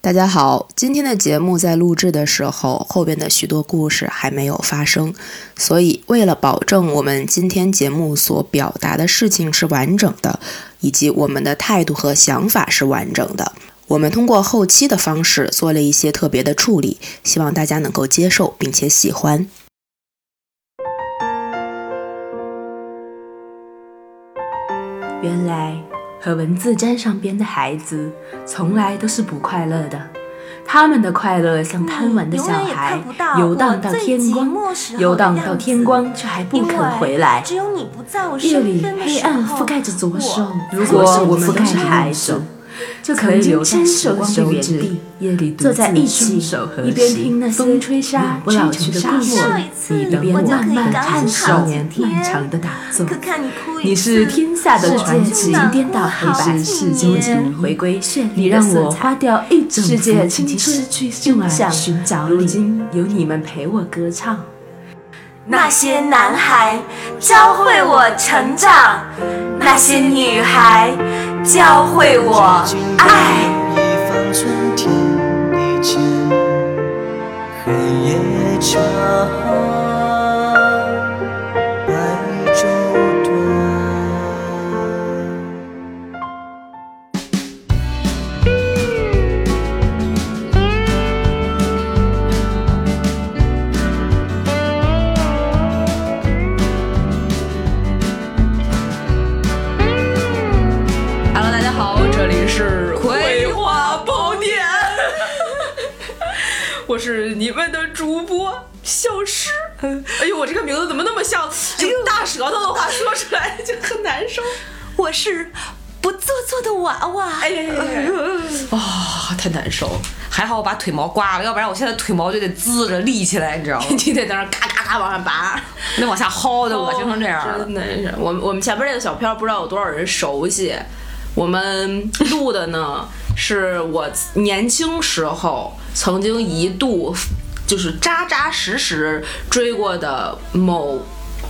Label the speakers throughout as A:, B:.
A: 大家好，今天的节目在录制的时候，后边的许多故事还没有发生，所以为了保证我们今天节目所表达的事情是完整的，以及我们的态度和想法是完整的，我们通过后期的方式做了一些特别的处理，希望大家能够接受并且喜欢。
B: 原来和文字沾上边的孩子，从来都是不快乐的。他们的快乐像贪玩的小
C: 你永远也看
B: 孩
C: 不到，
B: 游荡到
C: 我最
B: 天
C: 寂
B: 光，
C: 寞时候的
B: 游荡到
C: 样
B: 天
C: 子
B: 光，却还不
C: 因为
B: 肯回来。
C: 哎只有你不在我
B: 夜
C: 身
B: 里
C: 边的
B: 黑
C: 时
B: 暗
C: 候
B: 覆盖着左手
C: 我，
B: 如
C: 才
B: 果
C: 是
B: 我
C: 你
B: 们
C: 的
B: 都是
C: 孩
B: 孩
C: 子
B: 子，就可
D: 曾
B: 以
D: 经
B: 留在
D: 伸
B: 时
D: 手
B: 光的
D: 手
B: 原
D: 指
B: 地，夜里
D: 坐在一起，一边听那些
B: 风吹沙、
D: 我老
B: 吹
D: 去的
B: 沙
D: 故事
C: 上一次
B: 一
C: 我
B: 边
C: 就可
B: 慢
C: 以
B: 慢
C: 钢
B: 看
C: 琴
B: 少
C: 好几
B: 年
C: 天
B: 漫长的打坐。
C: 可看你哭一次
B: 你是天下的传奇
C: 世界，
B: 颠倒黑白，
C: 是世
B: 今
C: 间
B: 天回归绚
D: 你
B: 丽的
D: 让
B: 色
D: 我
B: 彩
D: 花。掉一整
B: 世界
D: 幅
B: 青
D: 青
B: 春
D: 春
B: 去
D: 去
B: 正
D: 正
B: 向
D: 向寻找
B: 如
D: 你。
B: 今有你们陪我歌唱，
C: 那些男孩教会我成长，那些女孩教会我哎爱。
E: 一方春天以前，黑夜长，白昼短。
F: Hello，大家好，这里是葵花宝典， 我是你们的主播小 诗。哎呦，我这个名字怎么那么像？用大舌头的话说出来就很难受。
C: 我是不做作的娃娃。
F: 哎呀呀呀呀！啊、太难受了。
G: 还好我把腿毛刮了，要不然我现在腿毛就得滋着立起来，你知道吗？
F: 你得在那儿嘎嘎嘎往上拔，
G: 那往下薅的恶心成这样了。
F: 哦真的是我们我们前面这个小片儿不知道有多少人熟悉，我们录的呢是我年轻时候曾经一度就是扎扎实实追过的某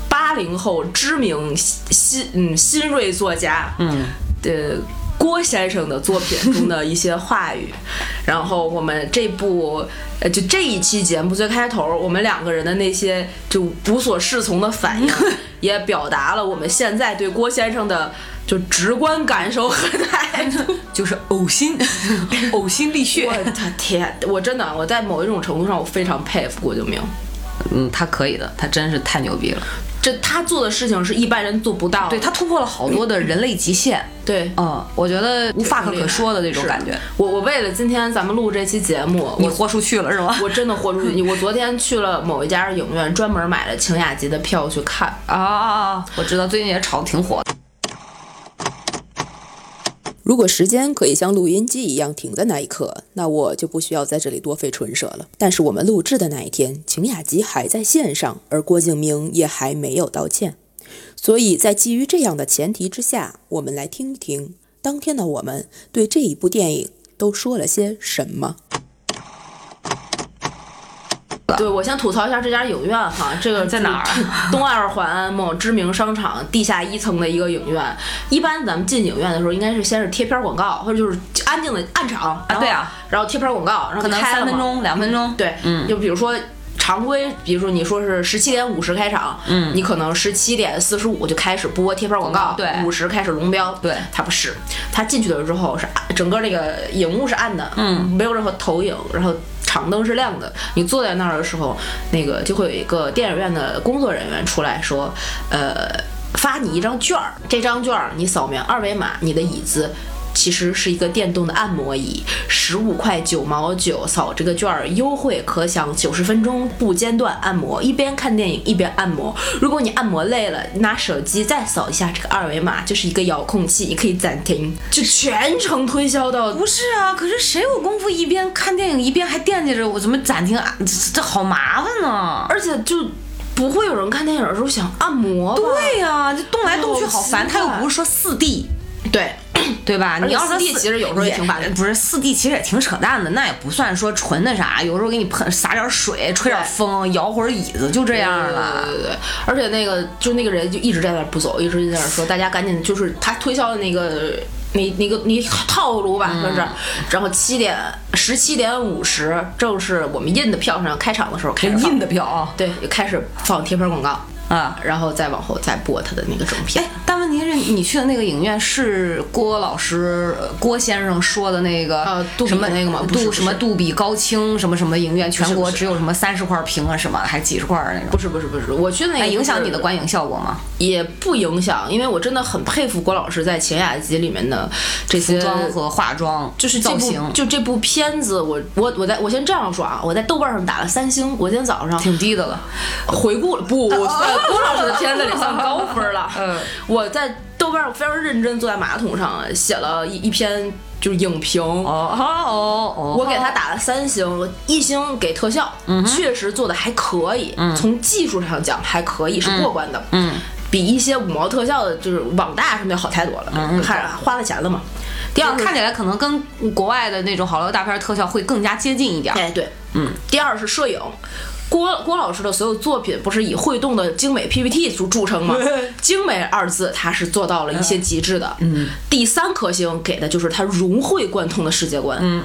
F: 八零后知名新新嗯新锐作家，嗯，对。郭先生的作品中的一些话语， 然后我们这部呃，就这一期节目最开头，我们两个人的那些就无所适从的反 应，也表达了我们现在对郭先生的就直观感受和态度。
G: 就是呕心， 呕心沥
F: 我
G: 血。
F: 的天，我真的我在某一种程度上我非常佩服郭敬明，
G: 嗯，他可以的，他真是太牛逼了。
F: 这他做的事情是一般人做不到的。
G: 对他突破了好多的人类极限。
F: 对。
G: 嗯，我觉得无话可可说的那种感觉。
F: 我我为了今天咱们录这期节目，
G: 你
F: 我
G: 豁出去了是吗？
F: 我真的豁出去！我昨天去了某一家影院，专门买了秦雅集的票去看。
G: 啊啊啊！我知道最近也炒的挺火的。
A: 如果时间可以像录音机一样停在那一刻，那我就不需要在这里多费唇舌了。但是我们录制的那一天，秦雅集还在线上，而郭敬明也还没有道歉。所以在基于这样的前提之下，我们来听一听当天的我们对这一部电影都说了些什么。
F: 对，我先吐槽一下这家影院哈，这个
G: 在哪儿啊
F: 就是 东二环某知名商场地下一层的一个影院。一般咱们进影院的时候，应该是先是贴片广告，或者就是安静的暗场啊
G: 对啊，
F: 然后贴片广告，然后
G: 可能
F: 开了
G: 三
F: 嘛
G: 分钟、两分钟。
F: 对，嗯，就比如说常规，比如说你说是十七点五十开场，嗯，你可能十七点四十五就开始播贴片广告，
G: 对
F: 五十开始龙标，
G: 对
F: 它不是，它进去了之后是暗，整个那个荧幕是暗的，嗯，没有任何投影，然后。场灯是亮的，你坐在那儿的时候，那个就会有一个电影院的工作人员出来说，呃，发你一张券儿，这张券儿你扫描二维码，你的椅子其实是一个电动的按摩椅，十五块九毛九，扫这个券儿优惠可享九十分钟不间断按摩，一边看电影一边按摩。如果你按摩累了，拿手机再扫一下这个二维码，就是一个遥控器，你可以暂停，就全程推销到。
G: 不是啊，可是谁有功夫一边看电影一边还惦记着我怎么暂停啊？这这这好麻烦呢、
F: 而且就不会有人看电影的时候想按摩吧？
G: 对呀、这动来动去好
F: 好
G: 烦，
F: 哎奇
G: 他
F: 怪
G: 又不是说四 D，
F: 对
G: 对吧？
F: 且
G: 你要说
F: 四 D
G: 四
F: 其实有时候也挺烦的
G: 不是四 D 其实也挺扯淡的，那也不算说纯那啥，有时候给你喷洒点水，吹点
F: 对
G: 风，摇会儿椅子，就这样
F: 对
G: 了。
F: 对对，而且那个就那个人就一直在那儿不走，一直在那儿说大家赶紧，就是他推销的那个你你个你套路吧，说是，然后七点十七点五十，正是我们印的票上开场的时候开始放
G: 印的票啊
F: 对，开始放贴片广告，
G: 啊！
F: 然后再往后再播他的那个整片
G: 哎。，但问题是你去的那个影院是郭老师、呃郭先生说的那个
F: 啊杜比
G: 什么
F: 那个吗不是
G: 杜
F: 不是
G: 什么杜比高清什么什么影院，全
F: 不
G: 国
F: 是
G: 只有什么三十块屏啊什么，还几十块儿那种。
F: 不是不是不是，我去那个
G: 那
F: 就是
G: 哎影响你的观影效果吗？
F: 也不影响，因为我真的很佩服郭老师在《前雅集》里面的这些
G: 服装和化妆，
F: 就是这
G: 造
F: 部
G: 型，
F: 就这部片子，我我我在我先这样说啊，我在豆瓣上打了三星，我今天早上
G: 挺低的了。
F: 回顾了，不，我在郭老师的片子里算高分了。
G: 哦嗯，
F: 我在豆瓣上非常认真坐在马桶上写了一一篇就是影评。
G: 哦哦哦嗯
F: 我给他打了三星，一星给特效，确实做的还可以，从技术上讲还可以，是过关的。
G: 嗯
F: 比一些五毛特效的，就是网大什么的好太多了，
G: 嗯
F: 看着花了钱了嘛。第二
G: 要
F: 是
G: 看起来可能跟国外的那种好莱坞大片儿特效会更加接近一点儿。
F: 哎，对，嗯。第二是摄影，郭郭老师的所有作品不是以会动的精美 PPT 著著 称吗？精美二字，他是做到了一些极致的。嗯。第三颗星给的就是他融会贯通的世界观。 嗯。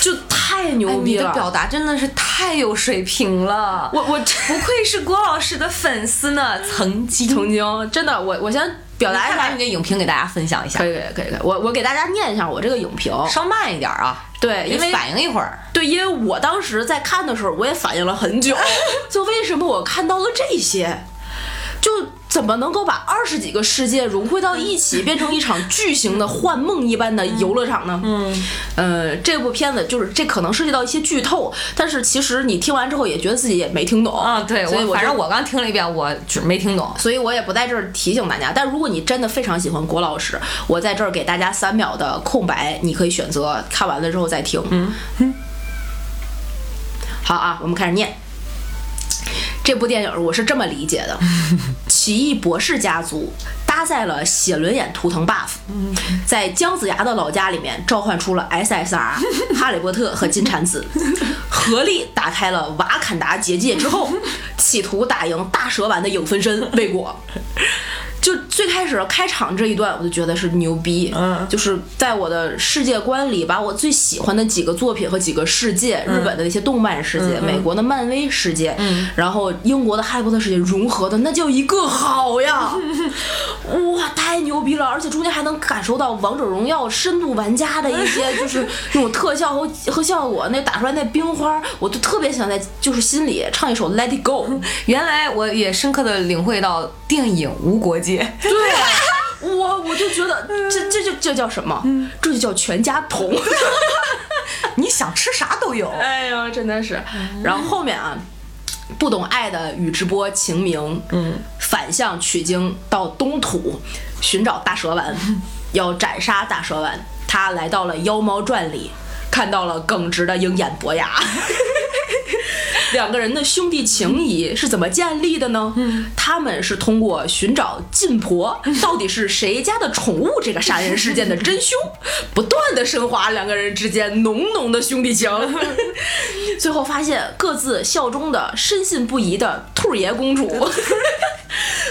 F: 就太
G: 哎
F: 牛
G: 你
F: 逼
G: 的
F: 了！
G: 表达真的是太有水平了，
F: 我我
G: 不愧是郭老师的粉丝呢。曾经，
F: 曾经真的，我我先表达一
G: 来把
F: 下
G: 你。的影评给大家分享一下
F: 可，以可以可以，可以我我给大家念一下我这个影评。
G: 稍慢一点儿啊，
F: 对，因为
G: 反应一会儿。
F: 对，因为我当时在看的时候，我也反应了很 久，就为什么我看到了这些，就怎么能够把二十几个世界融汇到一起，变成一场巨型的幻梦一般的游乐场呢？嗯，呃，这部片子就是这可能涉及到一些剧透，但是其实你听完之后也觉得自己也没听懂
G: 啊，对，
F: 所以
G: 我
F: 我
G: 反
F: 就
G: 正我刚听了一遍，我只没听懂。
F: 所以我也不在这儿提醒大家。但如果你真的非常喜欢郭老师，我在这儿给大家三秒的空白，你可以选择看完了之后再听。嗯好啊，我们开始念。这部电影我是这么理解的：奇异博士家族搭载了写轮眼图腾 buff，在姜子牙的老家里面召唤出了 SSR、哈利波特和金蝉子，合力打开了瓦坎达结界之后，企图打赢大蛇丸的影分身未果。就最开始开场这一段，我就觉得是牛逼，嗯，就是在我的世界观里，把我最喜欢的几个作品和几个世界，日本的那些动漫世界，美国的漫威世界，然后英国的哈利波特世界融合的，那叫一个好呀！哇，太牛逼了！而且中间还能感受到《王者荣耀》深度玩家的一些就是那种特效和和效果，那打出来那冰花儿，我就特别想在就是心里唱一首《Let It Go》。
G: 原来我也深刻的领会到电影无国界，
F: 对，我我就觉得这这就这叫什么？这就叫全家桶。
G: 你想吃啥都有。
F: 哎呦，真的是。然后后面啊，不懂爱的宇智波晴明，嗯，反向取经到东土寻找大蛇丸，要斩杀大蛇丸。他来到了《妖猫传》里，看到了耿直的鹰眼伯牙。两个人的兄弟情谊是怎么建立的呢？他们是通过寻找晋婆到底是谁家的宠物这个杀人事件的真凶，不断的升华两个人之间浓浓的兄弟情，最后发现各自效忠的、深信不疑的兔儿爷公主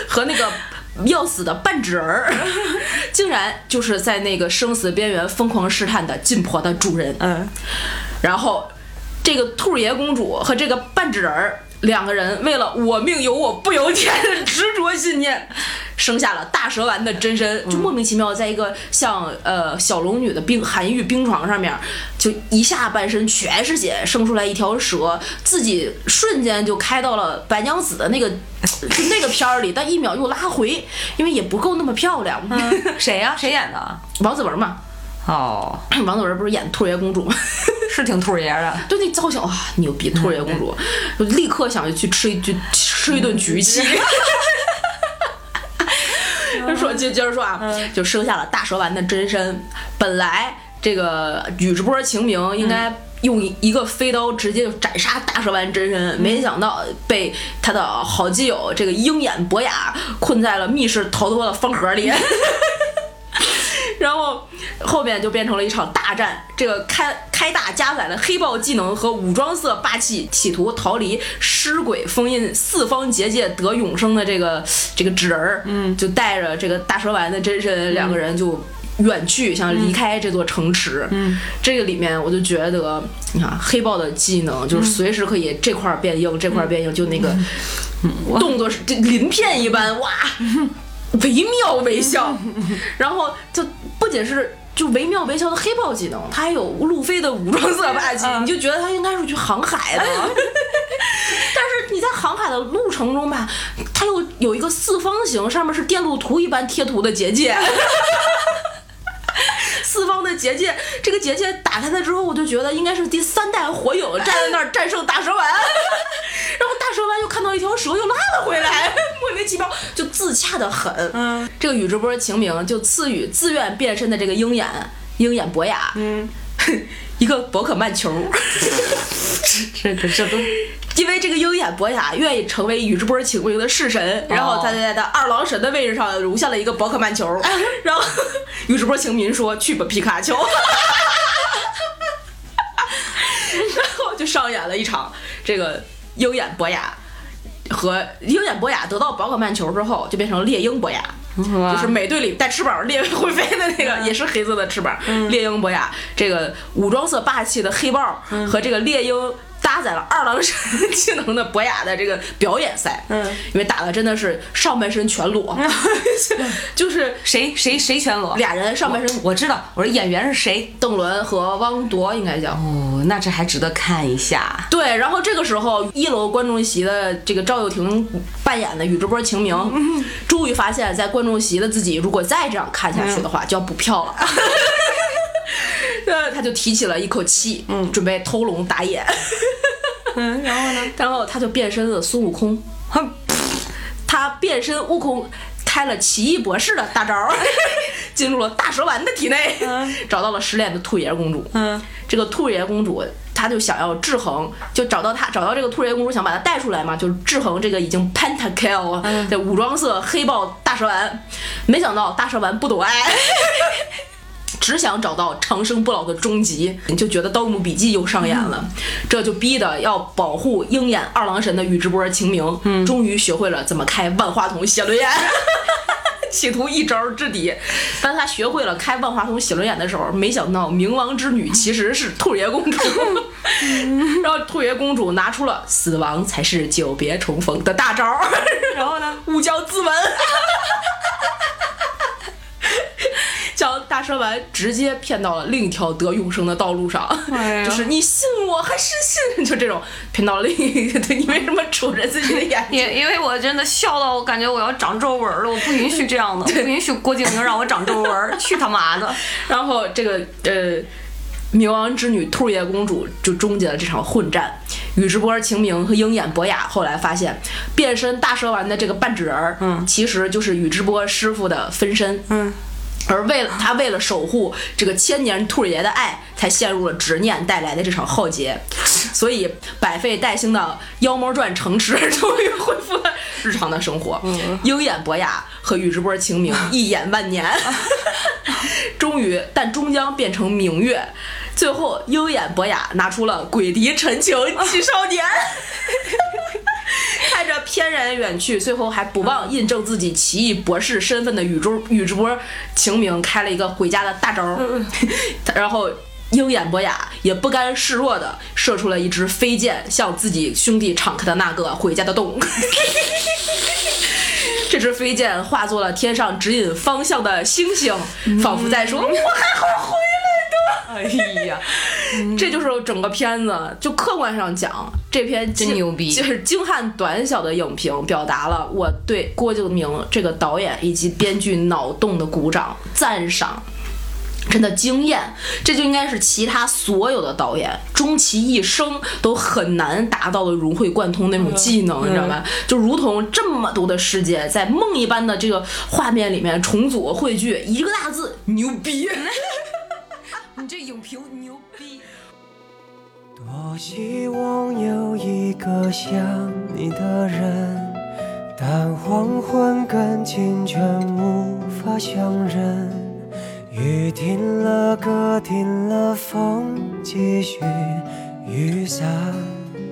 F: 和那个。要死的半纸儿， 竟然就是在那个生死边缘疯狂试探的晋婆的主人。
G: 嗯，
F: 然后这个兔儿爷公主和这个半纸人儿两个人为了“我命由我不由天”的执着信念，生下了大蛇丸的真身，就莫名其妙在一个像呃小龙女的冰韩愈冰床上面，就一下半身全是血，生出来一条蛇，自己瞬间就开到了白娘子的那个就那个片儿里，但一秒又拉回，因为也不够那么漂亮。
G: 谁呀、谁演的？
F: 王子文嘛，
G: 哦，
F: 王子文不是演兔儿爷公主吗？
G: 是挺兔儿爷的。
F: 对那造型啊，牛逼！兔儿爷公主，就立刻想去吃一去吃一顿橘气。 就说就接着说啊，就生下了大蛇丸的真身。本来这个宇智波晴明应该用一个飞刀直接就斩杀大蛇丸真身，没想到被他的好基友这个鹰眼博雅困在了密室逃脱的方盒里。然后后面就变成了一场大战。这个开开大加载了黑豹技能和武装色霸气，企图逃离尸鬼封印四方结界得永生的这个这个纸人儿，嗯，就带着这个大蛇丸的真身两个人就。远去，想离开这座城池。嗯，这个里面我就觉得，你看黑豹的技能就是随时可以这块儿变硬，这块儿变硬，就那个动作是这鳞片一般，哇，惟妙惟肖。然后就不仅是就惟妙惟肖的黑豹技能，它还有路飞的武装色霸气，你就觉得他应该是去航海的。但是你在航海的路程中吧，它又有一个四方形，上面是电路图一般贴图的结界。四方的结界，这个结界打开了之后，我就觉得应该是第三代火影站在那儿战胜大蛇丸， 然后大蛇丸又看到一条蛇又拉了回来，莫名其妙就自洽的很。嗯，这个宇智波晴明就赐予自愿变身的这个鹰眼鹰眼博雅，嗯， 一个博可曼球。
G: 这这这都
F: 因为这个鹰眼博雅愿意成为宇智波晴明的式神，然后他就在他二郎神的位置上留下了一个宝可曼球，然后宇智波晴明说：“去吧，皮卡丘。” 然后就上演了一场这个鹰眼博雅和鹰眼博雅得到宝可曼球之后，就变成猎鹰博雅。嗯就是嗯美队里带翅膀猎会飞的那个，也是黑色的翅膀。猎鹰博雅这个武装色霸气的黑豹和这个猎鹰搭载了二郎神 技能的博雅的这个表演赛，嗯，因为打的真的是上半身全裸， 就是
G: 谁谁谁全裸？
F: 俩人上半身
G: 我知道，我说演员是谁？
F: 邓伦和汪铎应该叫。
G: 哦，那这还值得看一下。
F: 对，然后这个时候一楼观众席的这个赵又廷扮演的宇智波晴明，
G: 嗯
F: 终于发现，在观众席的自己如果再这样看下去的
G: 嗯
F: 话，就要补票 了。呃，他就提起了一口气，准备偷龙打野。
G: 嗯，然后呢？
F: 然后他就变身了孙悟空，他变身悟空，开了奇异博士的大招儿，进入了大蛇丸的体内，找到了失恋的兔爷公主。
G: 嗯，
F: 这个兔爷公主，她就想要制衡，就找到她，找到这个兔爷公主，想把她带出来嘛，就是制衡这个已经 Pentakill 的武装色黑豹大蛇丸。没想到大蛇丸不懂爱。只想找到长生不老的终极，就觉得《盗墓笔记》又上演了，这就逼得要保护鹰眼二郎神的宇智波晴明，终于学会了怎么开万花筒写轮眼。 企图一招制敌。当他学会了开万花筒写轮眼的时候，没想到冥王之女其实是兔爷公主。 然后兔爷公主拿出了“死亡才是久别重逢”的大招，然后 呢，误交自刎，将大蛇丸直接骗到了另一条得永生的道路上，
G: 哎呀
F: 就是你信我还是信，就这种骗到了另一个，对你为什么杵着自己的眼睛？
G: 也因为我真的笑到我感觉我要长皱纹了，我不允许这样的，我不允许郭敬明让我长皱纹，去他妈的！
F: 然后这个呃，冥王之女兔爷公主就终结了这场混战。宇智波晴明和鹰眼博雅后来发现，变身大蛇丸的这个半纸人儿，嗯，其实就是宇智波师傅的分身，嗯。而为了他为了守护这个千年兔爷的爱，才陷入了执念带来的这场浩劫，所以百废待兴的《妖猫传》城池 终于恢复了日常的生活。鹰眼博雅和宇智波晴明一眼万年， 终于但终将变成明月。最后，鹰眼博雅拿出了鬼笛陈情记少年。 看着翩然远去，最后还不忘印证自己奇异博士身份的宇宙宇智波晴明开了一个回家的大招儿， 然后。鹰眼博雅也不甘示弱的射出了一支飞箭，向自己兄弟敞开的那个回家的洞。这支飞箭化作了天上指引方向的星星，
G: 嗯
F: 仿佛在说：“我还好回
G: 哎呀，
F: 这就是整个片子，就客观上讲，这篇
G: 真
F: 惊
G: 牛逼
F: 就是精悍短小的影评，表达了我对郭敬明这个导演以及编剧脑洞的鼓掌赞赏。真的惊艳，这就应该是其他所有的导演终其一生都很难达到的融会贯通那种技能，你知道吧？就如同这么多的世界在梦一般的这个画面里面重组汇聚，一个大字牛逼。
G: 你这影评牛 逼！
E: 多希望有一个像你的人，但黄昏跟清晨无法相认。雨停了，歌停了，风继续，雨伞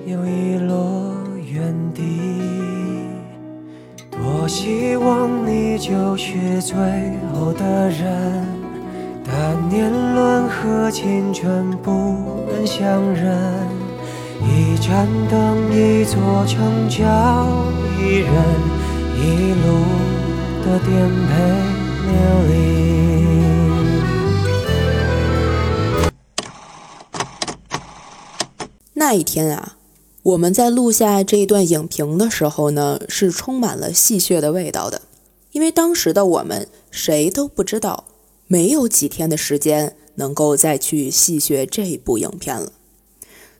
E: 又遗落原地。多希望你就是最后的人，但年轮和青春不忍相认。一盏灯，一座城，叫一人，一路的颠沛流离。
A: 那一天啊，我们在录下这一段影评的时候呢，是充满了戏谑的味道的，因为当时的我们谁都不知道，没有几天的时间能够再去戏谑这部影片了。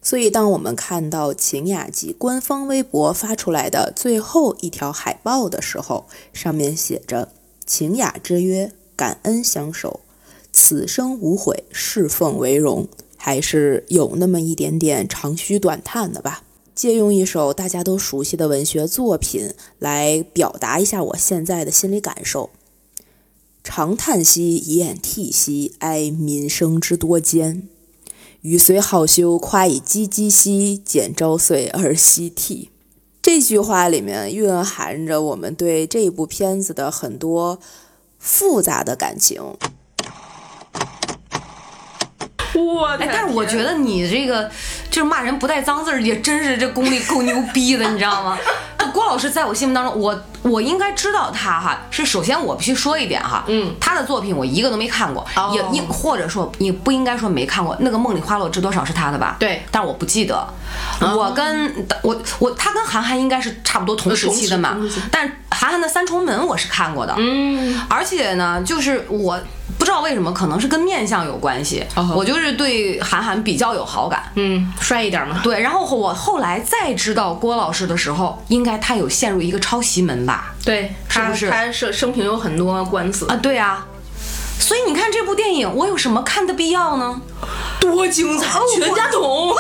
A: 所以，当我们看到秦雅集官方微博发出来的最后一条海报的时候，上面写着“秦雅之约，感恩相守，此生无悔，侍奉为荣”，还是有那么一点点长吁短叹的吧。借用一首大家都熟悉的文学作品来表达一下我现在的心理感受：长叹息，以掩涕兮，哀民生之多艰。余虽好修，夸以唧唧兮，减朝岁而夕替。这句话里面蕴含着我们对这部片子的很多复杂的感情。
F: 我
G: 哎，但是我觉得你这个就是骂人不带脏字儿，也真是这功力够牛逼的，你 知道吗？就郭老师在我心目当中，我我应该知道他哈，是首先我必须说一点哈，
F: 嗯，
G: 他的作品我一个都没看过，
F: 哦
G: 也应或者说你不应该说没看过，那个《梦里花落知多少》是他的吧？
F: 对啊
G: 但我不记得，我跟我我他跟韩寒应该是差不多同时期的嘛
F: 呃同时同时，
G: 但韩寒的《三重门》我是看过的，嗯，而且呢，就是我不知道为什么，可能是跟面相有关系，
F: 哦
G: 我就是对韩寒比较有好感。
F: 嗯，帅一点嘛。
G: 对，然后我后来再知道郭老师的时候，应该他有陷入一个抄袭门吧？
F: 对，他
G: 是不是
F: 他生生平有很多官司
G: 啊，，对啊。所以你看这部电影，我有什么看的必要呢？哦
F: 多精彩，全家桶。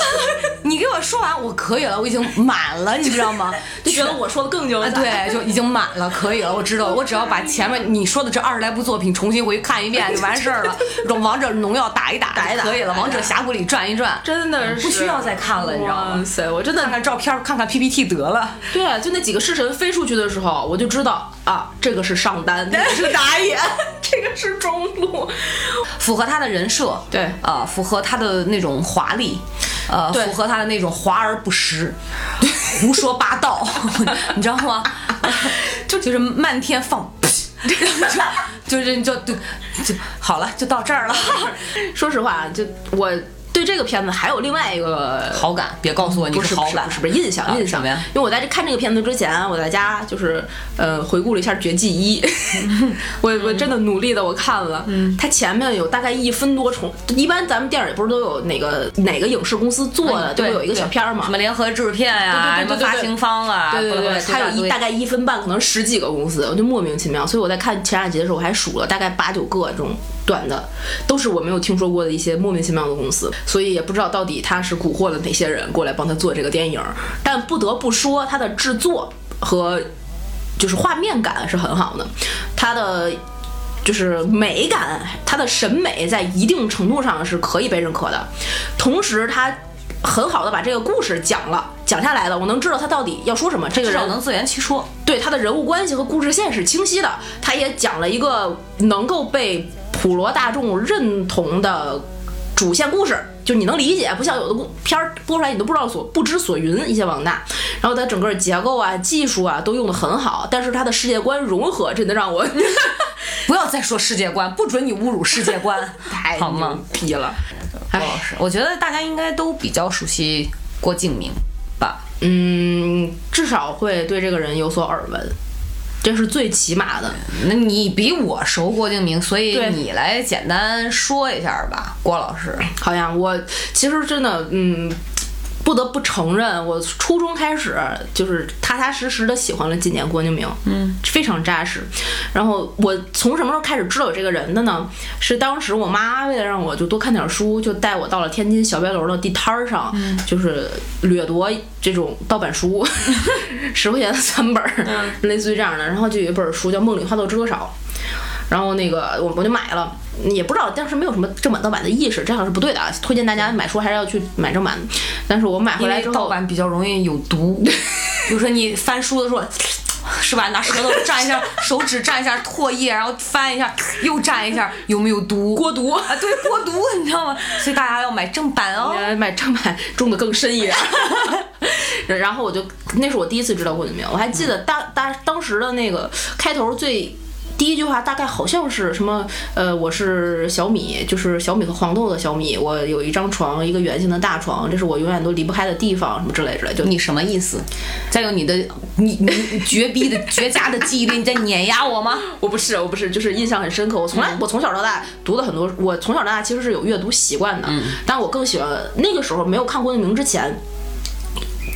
G: 你给我说完，我可以了，我已经满了，你知 道吗？
F: 就觉得我说的更精
G: 啊，
F: 彩。
G: 对，就已经满了，可以了，我知道了，我只要把前面你说的这二十来部作品重新回看一遍就完事 儿了，用王者荣耀打一打
F: 打一打
G: 就可以了，
F: 打一打
G: 王者峡谷里转一转，
F: 真的是
G: 不需要再看了，你知道吗
F: 哇？塞，我真的
G: 看看照片，看看 PPT 得了。
F: 对，啊就那几个式神飞出去的时候，我就知道啊，这个是上单，那个是打野，这个是中路。
G: 符合他的人设，
F: 对
G: 呃，符合他的那种华丽，呃，
F: 对
G: 符合他的那种华而不实，胡说八道，你知道吗？就就是漫天放屁。就是你就就就好了，就到这儿了。
F: 说实话，就我对这个片子还有另外一个
G: 好感，别告诉我你
F: 不是
G: 好感，
F: 不是不是不是印象、
G: 啊
F: 印象
G: 什么呀
F: 因为我在这看这个片子之前，我在家就是呃回顾了一下《绝技 一》，我我真的努力的我看了，它前面有大概一分多重，一般咱们电影也不是都有哪个哪个影视公司做的，就会有一个小片儿嘛
G: 什。么联合制片呀，
F: 对
G: 什
F: 对对对
G: 么
F: 对
G: 发行方啊，
F: 对对
G: 巴拉巴
F: 对，
G: 拉
F: 它有一大概一分半，可能十几个公司，我就莫名其妙。所以我在看前两集的时候，我还数了大概八九个这种短的，都是我没有听说过的一些莫名其妙的公司，所以也不知道到底他是蛊惑了哪些人过来帮他做这个电影。但不得不说，他的制作和就是画面感是很好的，他的。就是美感，他的审美在一定程度上是可以被认可的，同时他很好的把这个故事讲了，讲下来了，我能知道他到底要说什么。这个
G: 至
F: 人
G: 少能自圆其说。
F: 对他的人物关系和故事线是清晰的，他也讲了一个能够被普罗大众认同的主线故事，就你能理解，不像有的故片儿播出来你都不知道所不知所云一些网大。然后它整个结构啊、技术啊都用的很好，但是它的世界观融合真的让我
G: 不要再说世界观， 不准你侮辱世界观，
F: 太
G: 好
F: 牛
G: 吗？
F: 逼了。
G: 郭老师，我觉得大家应该都比较熟悉郭敬明吧？
F: 嗯，至少会对这个人有所耳闻，这是最起码的。
G: 那你比我熟郭敬明，所以
F: 对
G: 你来简单说一下吧，郭老师。
F: 好像我其实真的，嗯，不得不承认，我初中开始就是踏踏实实的喜欢了今年郭敬明，嗯，非常扎实。然后我从什么时候开始知道有这个人的呢？是当时我妈为了让我就多看点书，就带我到了天津小别楼的地摊儿上，就是掠夺这种盗版书，十块钱三本儿，类似于这样的。然后就有一本书叫《梦里花落知多少》。然后那个我我就买了，也不知道当时没有什么正版盗版的意识，这样是不对的啊！推荐大家买书还是要去买正版。但是我买回
G: 因
F: 来
G: 为
F: 之
G: 盗
F: 后，
G: 版比较容易有 毒，比如说你翻书的时候。 是吧？拿舌头蘸一下，手指蘸一下唾液，然后翻一下， 又蘸一下，有没有 毒？
F: 锅毒
G: 啊，对，锅毒，你知道吗？所以大家要买正 版哦。
F: 呃，买正版种的更深一点。 然后我就，那是我第一次知道郭敬明，我还记得大大当时的那个开头最。第一句话大概好像是什么，呃，我是小米，就是小米和黄豆的小米。我有一张床，一个圆形的大床，这是我永远都离不开的地方，什么之类之类。就
G: 你什么意思？再用你的你你绝逼的绝佳的记忆力，你在碾压我吗？嗯
F: 我不是，我不是，就是印象很深刻。我从来，我从小到大读的很多，我从小到大其实是有阅读习惯的，
G: 嗯
F: 但我更喜欢那个时候没有看郭敬明之前，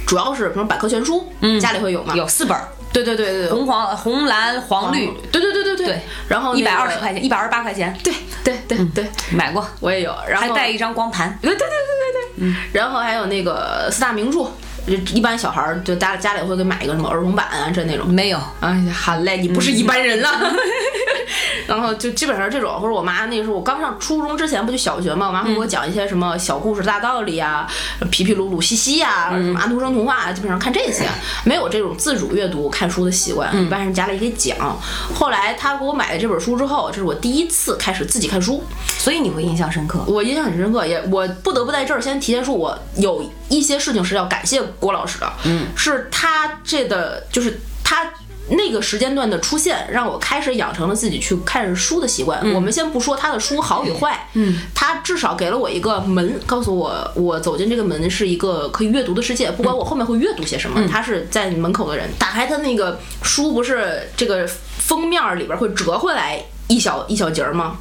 F: 主要是什么百科全书，家里会有嘛？
G: 嗯有四本儿，
F: 对对对对对，
G: 红黄红蓝黄绿，
F: 对对对对对
G: 对
F: 然后
G: 一百二
F: 那
G: 十
F: 个
G: 块钱，一百二十八块钱，
F: 对对对对，
G: 买过，
F: 我也有，然
G: 还
F: 后
G: 带一张光盘。
F: 对对对对对对，然后还有那个四大名著，就一般小孩儿就家家里会给买一个什么儿童版啊这那种。
G: 没有，
F: 哎呀，好嘞，你不是一般人了。 然后就基本上这种，或者我妈那时候我刚上初中之前不就小学嘛，我妈会给我讲一些什么小故事大道理啊，皮皮鲁鲁西西呀、什么安徒生童话啊，基本上看这些，没有这种自主阅读看书的习惯，一般是家里给讲。后来她给我买了这本书之后，这是我第一次开始自己看书，
G: 所以你会印象深刻。
F: 我印象很深刻，也我不得不在这儿先提前说，我有一些事情是要感谢郭老师的，嗯，是他这的，就是他。那个时间段的出现，让我开始养成了自己去看书的习惯。我们先不说他的书好与坏，嗯，他至少给了我一个门，告诉我我走进这个门是一个可以阅读的世界，不管我后面会阅读些什么，他是在你门口的人。打开他那个书，不是这个封面儿里边会折回来一小一小节儿吗？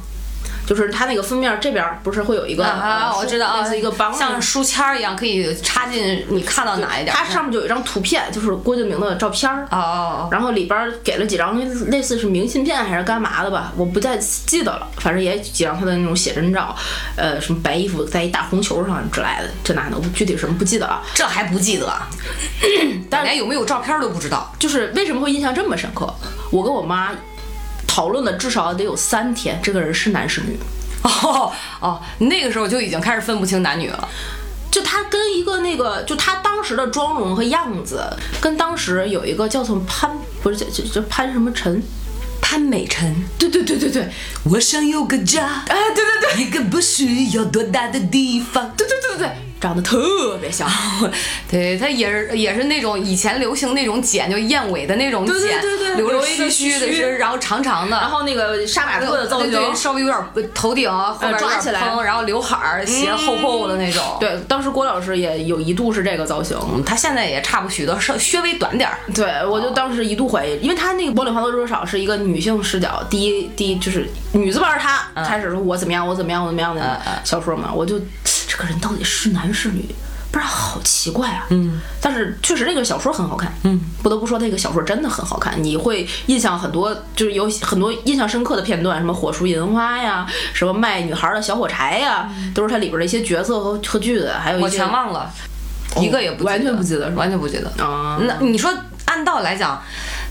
F: 就是它那个封面这边儿不是会有一个
G: 啊，
F: 呃
G: 我
F: 书
G: 知道啊，
F: 类似一个帮
G: 像书签儿一样，可以插进你看到哪一点儿。
F: 它上面就有一张图片，就是郭敬明的照片儿
G: 哦哦
F: 然后里边儿给了几张类似是明信片还是干嘛的吧，我不太记得了，反正也几张他的那种写真照，呃，什么白衣服在一大红球上之类的，这那的，我具体什么不记得了。
G: 哦，这还不 记得，但连有没有照片都不知道。
F: 就是为什么会印象这么深刻？我跟我妈讨论了至少得有三天，这个人是男是女，
G: 哦哦，那个时候就已经开始分不清男女了。
F: 就他跟一个那个，就他当时的妆容和样子，跟当时有一个叫做潘，不是叫就就潘什么陈，
G: 潘美辰，
F: 对对对对对，
G: 我想有个家，哎，对对对，一个不需要多大的地方。
F: 对对对对对，长得特别 像，
G: 对他也是也是那种以前流行那种剪，就燕尾的那种
F: 对对
G: 剪，
F: 对对
G: 留
F: 留
G: 着
F: 一个
G: 须须的
F: 须须
G: 是，然后长长的，
F: 然后那个杀马特的造
G: 对
F: 型，
G: 对稍微有点呃头顶啊后边有
F: 抓
G: 点
F: 起来嗯
G: 蓬，然后刘海儿斜厚厚的那种。
F: 对，当时郭老师也有一度是这个造型，
G: 嗯，他现在也差不许多，稍稍微短点儿。
F: 对我就当时一度怀疑，因为他那个《玻璃花多多少》是一个女性视角，第一第一就是女字辈儿，她
G: 嗯
F: 开始说我怎么样，我怎么样，我怎么样的小说嘛，我就这个人到底是男是女，不然好奇怪啊。嗯，但是确实那个小说很好看，嗯，不得不说那个小说真的很好看，你会印象很多，就是有很多印象深刻的片段，什么火树银花呀，什么卖女孩的小火柴呀，都是它里边的一些角色和和句子，还有一些
G: 嗯我全忘了，一个也不记得
F: 哦完全不记得是吧
G: 完全不记得。
F: 啊，
G: 那你说，按道理来讲，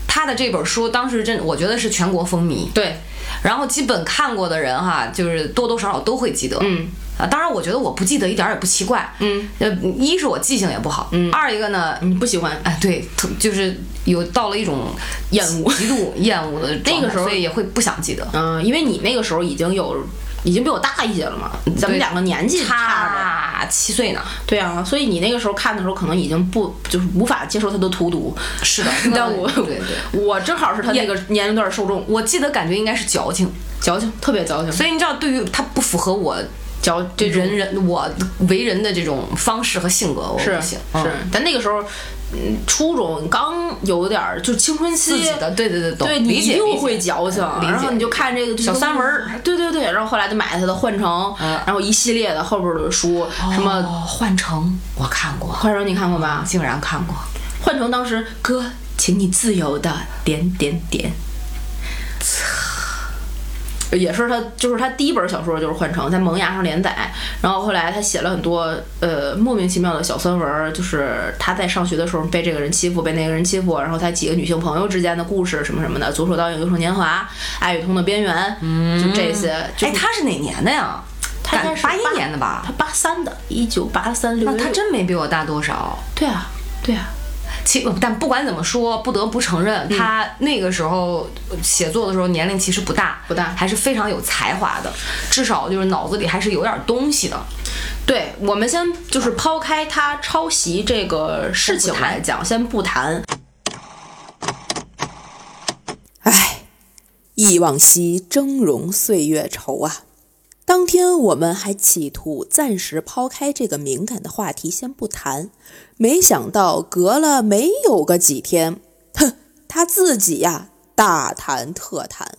G: 他的这本书当时真，我觉得是全国风靡。
F: 对，
G: 然后基本看过的人哈，就是多多少少都会记得。
F: 嗯。
G: 啊，当然，我觉得我不记得一点儿也不奇怪。
F: 嗯，
G: 呃，一是我记性也不好，嗯，二一个呢，
F: 你不喜欢。
G: 哎，对，特就是有到了一种
F: 厌恶
G: 极度厌恶 的状态
F: 那个时候
G: 所以也会不想记得。
F: 嗯，因为你那个时候已经有，已经比我大一些了嘛，咱们
G: 对
F: 两个年纪差呗。
G: 差七岁呢，
F: 对啊，所以你那个时候看的时候，可能已经不就是无法接受他的荼毒。，
G: 是 的
F: 但我
G: 对对。
F: 我正好是他那个年龄段受众，
G: 我记得感觉应该是矫情，
F: 矫情，特别矫情，
G: 所以你知道，对于他不符合我
F: 矫这种
G: 人人我为人的这种方式和性格，我
F: 是
G: 不
F: 是
G: 行。嗯，
F: 但那个时候，嗯，初中刚有点儿就青春期
G: 自己的，对对对，懂，
F: 对，
G: 理
F: 你
G: 解
F: 又
G: 理
F: 会
G: 解。
F: 矫情，
G: 解
F: 然后你就看这个
G: 小三文儿，
F: 对对对，然后后来就买了他的《幻城》
G: 嗯
F: 然后一系列的后边的书，什么《
G: 哦换乘，我看过，
F: 幻城》你看过吧？
G: 竟然看过，
F: 换成当时哥，请你自由的点点点。也是他就是他第一本小说就是《幻城》在萌芽上连载，然后后来他写了很多呃莫名其妙的小酸文儿，就是他在上学的时候被这个人欺负，被那个人欺负，然后他几个女性朋友之间的故事什么什么的，《左手倒影，右手年华》《爱与痛的边缘》，就这些。就
G: 哎，他是哪年的呀？
F: 他应该是
G: 八一年的吧？
F: 他八三的，一九八三六
G: 那
F: 六，
G: 他真没比我大多少。
F: 对啊，对啊，
G: 其但不管怎么说，不得不承认，他那个时候写作的时候年龄其实不大，
F: 不大
G: 还是非常有才华的，至少就是脑子里还是有点东西的。
F: 对，我们先就是抛开他抄袭这个事情来讲，先不谈。
H: 唉，忆往昔峥嵘岁月稠啊！当天我们还企图暂时抛开这个敏感的话题先不谈，没想到隔了没有个几天，哼，他自己呀、大谈特谈。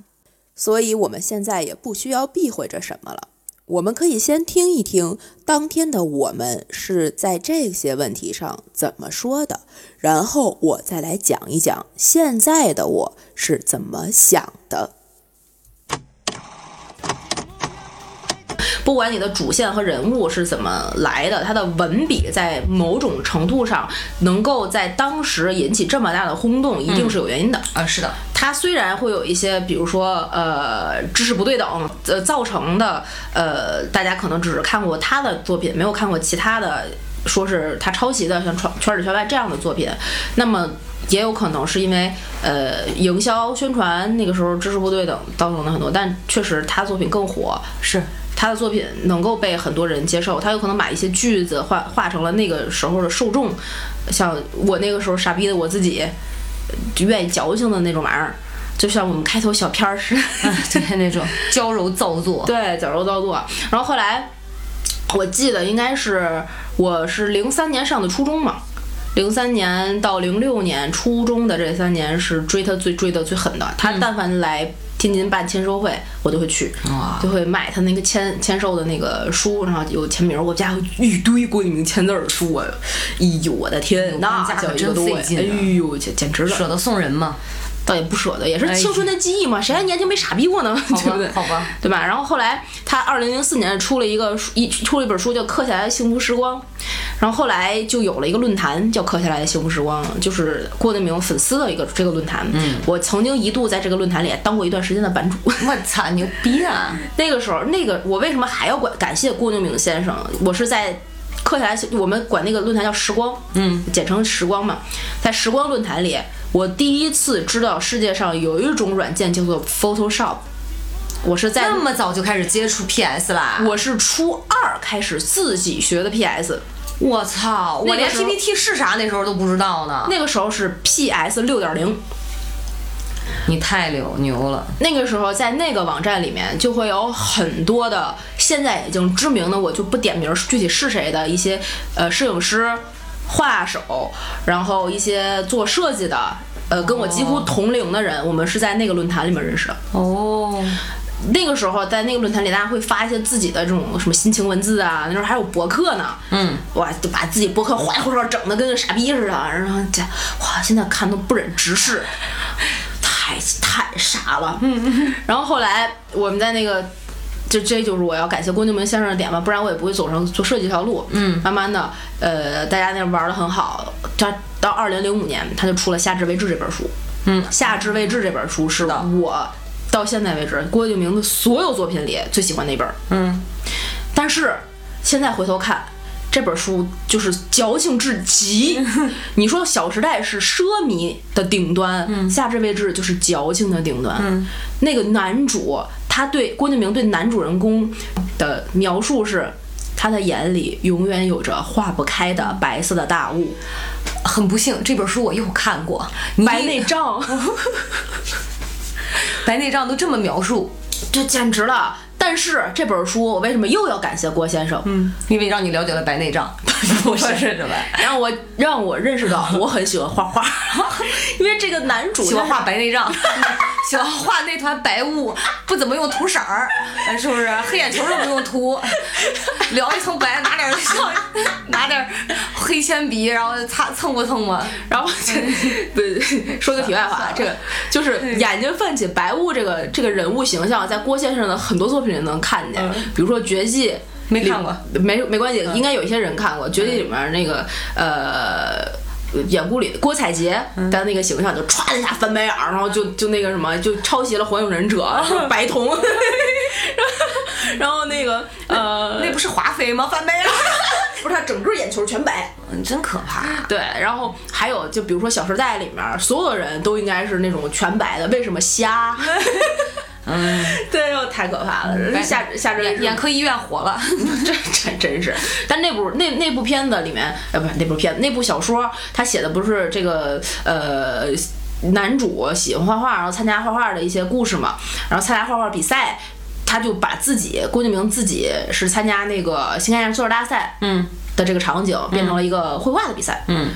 H: 所以我们现在也不需要避讳着什么了，我们可以先听一听当天的我们是在这些问题上怎么说的，然后我再来讲一讲现在的我是怎么想的。
F: 不管你的主线和人物是怎么来的，他的文笔在某种程度上能够在当时引起这么大的轰动，一定是有原因的。
G: 啊，是的，
F: 它虽然会有一些，比如说呃知识不对等，呃造成的，呃大家可能只是看过他的作品，没有看过其他的，说是他抄袭的，像圈圈里圈外这样的作品，那么。也有可能是因为，呃，营销宣传那个时候知识不对等造成的很多，但确实他作品更火，
G: 是
F: 他的作品能够被很多人接受，他有可能把一些句子画画成了那个时候的受众，像我那个时候傻逼的我自己，就愿意矫情的那种玩意儿，就像我们开头小片儿似的，
G: 啊对那种娇柔造作。
F: 对，矫揉造作。然后后来，我记得应该是我是零三年上的初中嘛，零三年到零六年初中的这三年是追他最追的最狠的。
G: 嗯
F: 他但凡来天津办签售会，我就会去，就会买他那个签签售的那个书，然后有签名儿。我家有一堆郭敬明签字儿的书啊，哎呦我的天，那
G: 你家可
F: 叫一个
G: 真
F: 多
G: 费
F: 呀，
G: 劲
F: 哎
G: 啊
F: 呦简简直了，
G: 舍得送人嘛？
F: 倒也不舍得，也是青春的记忆嘛，谁还年轻没傻逼过呢？ 对不对？
G: 哎好吧，
F: 对吧？然后后来他二零零四年出了一个书，一出了一本书叫《刻下来的幸福时光》，然后后来就有了一个论坛叫《刻下来的幸福时光》，就是郭敬明粉丝的一个这个论坛。嗯，我曾经一度在这个论坛里当过一段时间的版主。
G: 我操，牛逼啊！
F: 那个时候，那个我为什么还要管感谢郭敬明先生？我是在刻下来，我们管那个论坛叫“时光”，嗯，简称“时光”嘛。在“时光”论坛里，我第一次知道世界上有一种软件叫做 Photoshop。我是在
G: 那么早就开始接触 PS 啦？
F: 我是初二开始自己学的 PS，
G: 我操，我
F: 那个
G: 连
F: 时候
G: PPT 是啥那时候都不知道呢。
F: 那个时候是 PS 六点零。
G: 你太牛牛了，
F: 那个时候在那个网站里面就会有很多的现在已经知名的，我就不点名儿具体是谁的一些呃摄影师、画手，然后一些做设计的，呃跟我几乎同龄的人，我们是在那个论坛里面认识的。
G: 哦，
F: 那个时候在那个论坛里，大家会发一些自己的这种什么心情文字啊，那时候还有博客呢，嗯，哇，就把自己博客哗里哗啦整的跟个傻逼似的，然后这哇，现在看都不忍直视，太太傻了，嗯，然后后来我们在那个。这这就是我要感谢郭敬明先生的点吧，不然我也不会走上做设计这条路。嗯，慢慢的，呃，大家那玩的很好。他到二零零五年，他就出了《夏至未至》这本书。嗯，《夏至未至》这本书是我到现在为止郭敬明的所有作品里最喜欢的一本。嗯，但是现在回头看。这本书就是矫情至 极，你说《小时代》是奢靡的顶端，
G: 嗯
F: 夏至未至》就是矫情的顶端。那个男主，他对郭敬明对男主人公的描述是，他的眼里永远有着化不开的白色的大雾，
G: 很不幸，这本书我又看过，你
F: 白内障。
G: 白内障都这么描述，
F: 这简直了！但是这本书我为什么又要感谢郭先生？嗯，
G: 因为让你了解了白 内障，不是是吧？
F: 让我让我认识到我很喜欢画画， 因为这个男主
G: 喜欢
F: 他
G: 画白内障， 喜欢画那团白雾，不怎么用涂色儿，是不是？ 黑眼球都不用涂，描一层白，拿点儿拿点儿黑铅笔，然后擦蹭过蹭过。
F: 然后这 对说个题外 话，这个就是眼睛泛起白雾这个这个人物形象，在郭先生的很多作品里能看见，比如说《绝技》。
G: 没看过，
F: 没没关系，应该有一些人看过《绝技》里面那个呃。演故里郭采洁的那个形象就歘一下翻白眼儿，然后就就那个什么，就抄袭了《火影忍者》就是白 瞳，然后然后那个呃，
G: 那不是华妃吗？翻白眼儿，
F: 不是他整个眼球全白，
G: 嗯 真可怕。
F: 对，然后还有就比如说《小时代》里面，所有的人都应该是那种全白的，为什么 瞎？嗯 对，又太可怕了。夏夏之
G: 眼眼科医院火了，
F: 这 真真是，但那部那那部片子里面，呃，不是那部片子，那部小说，他写的不是这个呃。男主喜欢画画，然后参加画画的一些故事嘛，然后参加画画比赛，他就把自己郭敬明自己是参加那个新概念作文大赛，嗯的这个场景、变成了一个绘画的比赛，嗯，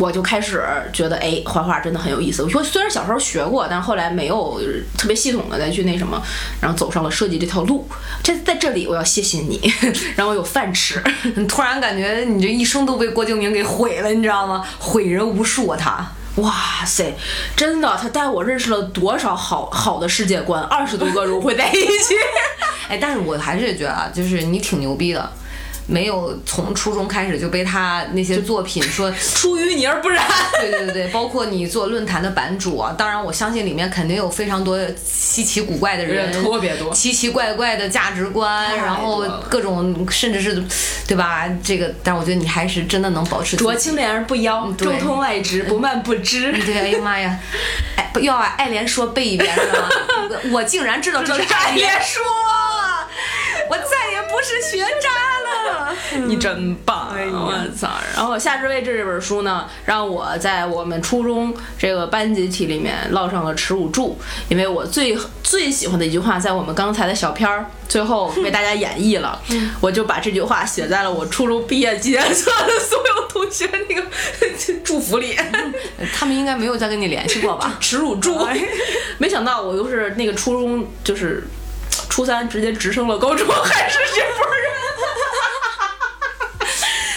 F: 我就开始觉得，哎，画画真的很有意思。我说虽然小时候学过，但后来没有特别系统的再去那什么，然后走上了设计这条路。这在这里我要谢谢你， 让我有饭吃。
G: 你突然感觉你这一生都被郭敬明给毁了，你知道吗？毁人无数啊，他。
F: 哇塞，真的，他带我认识了多少好好的世界观，二十多个融汇在一起。
G: 哎，但是我还是觉得啊，就是你挺牛逼的，没有从初中开始就被他那些作品说
F: 出淤泥而不染。
G: 对对对，包括你做论坛的版主啊，当然我相信里面肯定有非常多稀奇古怪的人，
F: 人特别多
G: 奇奇怪怪的价值观，然后各种甚至是，对吧？这个，但我觉得你还是真的能保持自己
F: 濯清涟而不妖，
G: 对
F: 中通外直，不漫不知。
G: 对，哎呀妈呀，哎，不要啊，爱莲说背一遍是吧？ 我我竟然知道这是爱莲说，我再也不是学渣了。
F: 你真棒！啊我操！然后《夏至未至》这本书呢，让我在我们初中这个班集体里面落上了耻辱柱，因为我最最喜欢的一句话，在我们刚才的小片儿最后被大家演绎了，我就把这句话写在了我初中毕业纪念册的所有同学那个祝福里。
G: 他们应该没有再跟你联系过吧？
F: 耻辱柱。没想到我又是那个初中，就是初三直接直升了高中，还是这波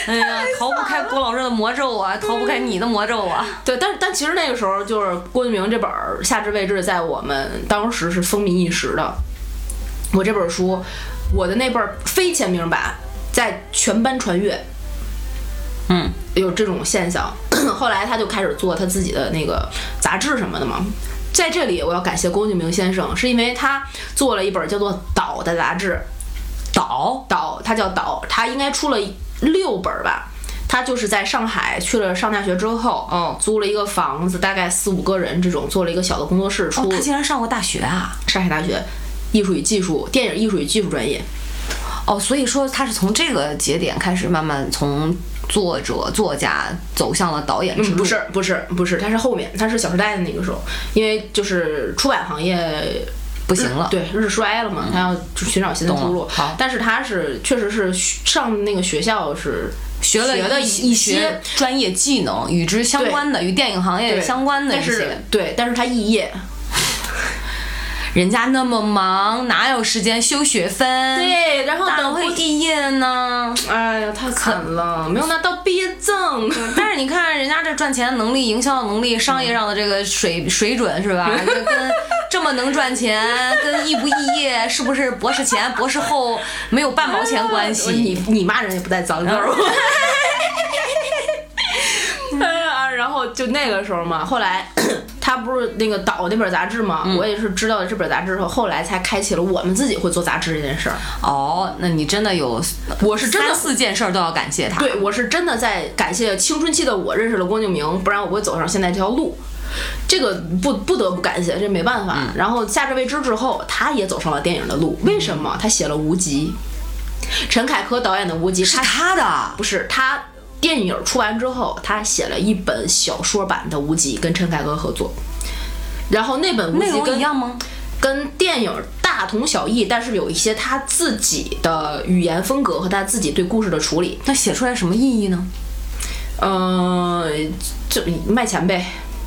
G: 哎呀，逃不开郭老师的魔咒啊，逃不开你的魔咒啊。
F: 对，但但其实那个时候就是郭敬明这本儿《夏至未至》在我们当时是风靡一时的。我这本书，我的那本儿非签名版在全班传阅，
G: 嗯，
F: 有这种现象。 后来他就开始做他自己的那个杂志什么的嘛。在这里，我要感谢郭敬明先生，是因为他做了一本叫做《岛》的杂志，
G: 岛
F: 岛，他叫岛，他应该出了六本儿吧。他就是在上海去了上大学之后，
G: 哦
F: 租了一个房子，大概四五个人这种，做了一个小的工作室，
G: 哦
F: 出，
G: 他竟然上过大学啊！
F: 上海大学艺术与技术、电影艺术与技术专业。
G: 哦，所以说他是从这个节点开始，慢慢从作者、作家走向了导演
F: 嗯，
G: 之路。
F: 不是，不是，不是，他是后面，他是《小时代》的那个时候，因为就是出版行业
G: 不行了。嗯
F: 对日衰了嘛，他要就寻找新的
G: 懂了
F: 出路
G: 好。
F: 但是他是确实是上那个学校是
G: 学了
F: 学了
G: 一
F: 一些
G: 些专业技能，与之相关的，与电影行业
F: 对
G: 相关的
F: 但
G: 一
F: 是
G: 些。嗯
F: 对，但是他肄业，
G: 人家那么忙，哪有时间修学分？，
F: 对，然后
G: 哪
F: 等
G: 会
F: 会，
G: 毕业呢？
F: 哎呀，太惨了，没有拿到毕业 证。
G: 但是你看人家这赚钱能力、营销能力、商业上的这个水水准是吧？就 跟这么能赚钱，跟肄不肄业是不是博士前、博士后没有半毛钱关系？
F: 啊你你骂人也不带脏字儿。 哎呀，然后就那个时候嘛，后来他不是那个导那本杂志嘛，我也是知道了这本杂志之后，后来才开启了我们自己会做杂志这件事儿。
G: 哦，那你真的有，
F: 我是真的
G: 三四件事儿都要感谢他。
F: 对我是真的在感谢青春期的我认识了郭敬明，不然我不会走上现在这条路。这个不不得不感谢，这没办法。然后《夏至未至》之后，他也走上了电影的路。为什么？他写了《无极》，陈凯歌导演的《无极》，
G: 是
F: 他
G: 他的，
F: 不是他电影出完之后，他写了一本小说版的《无极》，跟陈凯歌合作。然后那本《无
G: 内
F: 极》
G: 容
F: 跟
G: 一样吗？
F: 跟电影大同小异，但是有一些他自己的语言风格和他自己对故事的处理。
G: 那写出来什么意义呢？
F: 嗯、就卖钱呗。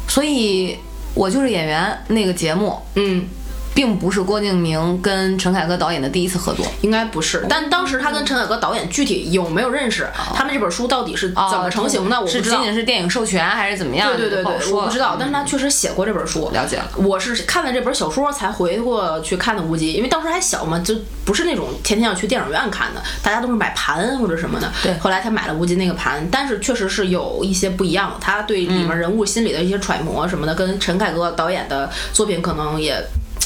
G: 所以我就是演员那个节目，
F: 嗯，
G: 并不是郭敬明跟陈凯歌导演的第一次合作。
F: 应该不是，但当时他跟陈凯歌导演具体有没有认识，他们这本书到底是怎
G: 啊
F: 么成型的，我不
G: 哦是
F: 知
G: 仅
F: 道。
G: 仅是电影授权还是怎么样？
F: 对对对
G: 不好
F: 对，
G: 说
F: 我
G: 了
F: 不知道，但是他确实写过这本书，
G: 了解了。
F: 我是看了这本小说才回过去看的《无极》，因为当时还小嘛，就不是那种天天要去电影院看的，大家都是买盘或者什么的。
G: 对
F: 后来他买了《无极》那个盘，但是确实是有一些不一样，他对里
G: 嗯
F: 面人物心理的一些揣摩什么的，跟陈凯歌导演的作品可能也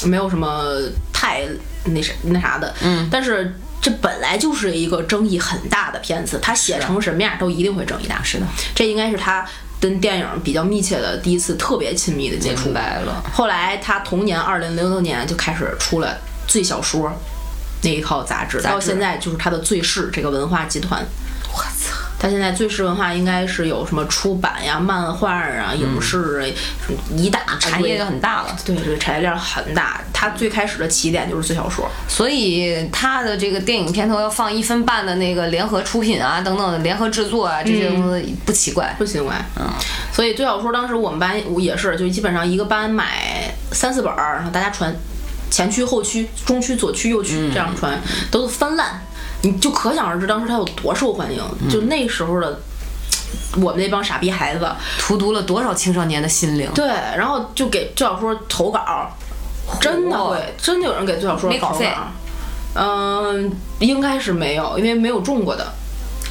F: 没有什么太那啥那啥的。嗯，但是。这本来就是一个争议很大的片子，他写成什么样都一定会争议大。是的，这应该是他跟电影比较密切的第一次特别亲密的接触。
G: 明白了。
F: 后来他同年二零零六年就开始出了《最小说》那一套杂志，到现在就是他的最视这个文化集团。我操！他现在最视文化应该是有什么出版呀、漫画啊、影视啊，一大
G: 产业就
F: 堆
G: 很大了，
F: 哎对对，产业链很大。他最开始的起点就是最小说，
G: 所以他的这个电影片头要放一分半的那个联合出品啊，等等联合制作啊，这些东西不奇怪。
F: 不行怪。嗯，所以最小说当时我们班我也是，就基本上一个班买三四本儿，然后大家传前区、后区、中区、左区、右区这样传，都翻烂。你就可想而知，当时它有多受欢迎。就那时候的我们那帮傻逼孩子，
G: 荼毒了多少青少年的心灵？
F: 对，然后就给最小说投稿，真的会，真的有人给最小说
G: 哎没稿
F: 投稿
G: 费。
F: 嗯、应该是没有，因为没有中过的。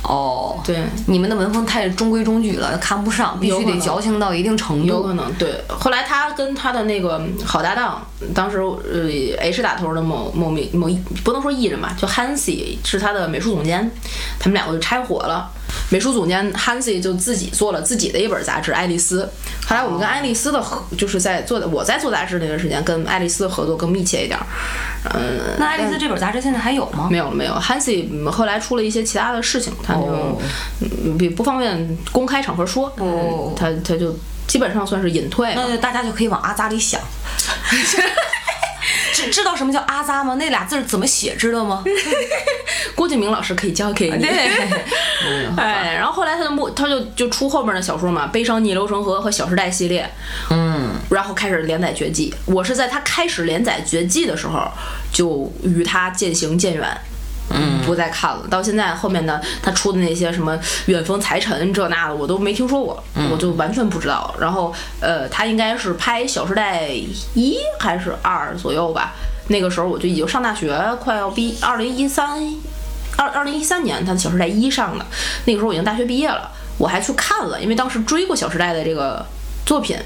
G: 哦，
F: 对，
G: 你们的文风太中规中矩了，看不上，必
F: 有
G: 须
F: 可能
G: 得矫情到一定程
F: 有
G: 度
F: 可。能对。后来他跟他的那个好搭档，当时呃 H 打头的某某名某艺不能说艺人吧，就 Hansi 是他的美术总监，他们两个就拆伙了。美术总监 Hansi 就自己做了自己的一本杂志《爱丽丝》。后来我们跟爱丽丝的合，就是在做的我在做杂志那段时间，跟爱丽丝的合作更密切一点儿。嗯，
G: 那爱丽丝这本杂志现在还有吗？
F: 没有了，没有。Hansi 嗯后来出了一些其他的事情，他就、
G: 哦
F: 嗯也不方便公开场合说，
G: 哦
F: 他他就基本上算是隐退了。
G: 那大家就可以往阿扎里想。知知道什么叫阿扎吗？那俩字儿怎么写知道吗？
F: 郭敬明老师可以教给你。
G: 对，
F: 哎，然后后来他就默，他就就出后面的小说嘛，《悲伤逆流成河》和《小时代》系列，嗯，然后开始连载《绝技》。我是在他开始连载《绝技》的时候，就与他渐行渐远。嗯，不再看了。到现在后面的他出的那些什么《远方财神》这那的，我都没听说过，我就完全不知道。然后，呃，他应该是拍《小时代》一还是二左右吧？那个时候我就已经上大学，快要毕二零一三二二零一三年，他的《小时代一》上的，那个时候我已经大学毕业了，我还去看了，因为当时追过《小时代》的这个作品，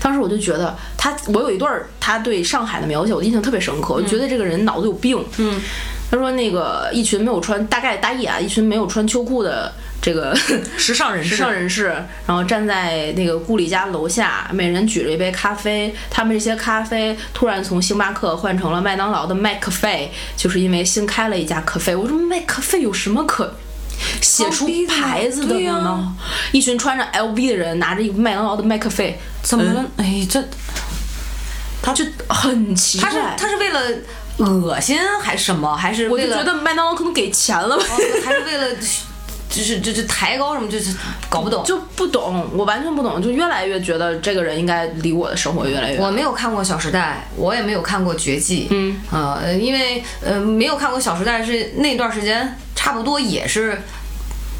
F: 当时我就觉得他，我有一段儿他对上海的描写，我印象特别深刻，我就觉得这个人脑子有病。嗯，他说那个一群没有穿大概大意啊，一群没有穿秋裤的这个
G: 时尚人士
F: 时尚人士，然后站在那个顾里家楼下，每人举着一杯咖啡。他们这些咖啡突然从星巴克换成了麦当劳的麦克啡，就是因为新开了一家咖啡。我说麦克啡有什么可？写出牌子的
G: 啊对
F: 呢？
G: 呀
F: 一群穿着 LV 的人拿着一个麦当劳的麦克啡，
G: 怎么了？哎，这
F: 他就很奇怪。
G: 他是他是为了恶心还是什么？还是
F: 我
G: 为
F: 就
G: 了哦
F: 觉得麦当劳可能给钱了吧，
G: 还是为了就是就是抬高什么？就是搞不懂。
F: 就不懂，我完全不懂，就越来越觉得这个人应该离我的生活越来越远。
G: 我没有看过《小时代》，我也没有看过《绝技》。嗯，呃，因为呃没有看过《小时代》是那段时间，差不多也是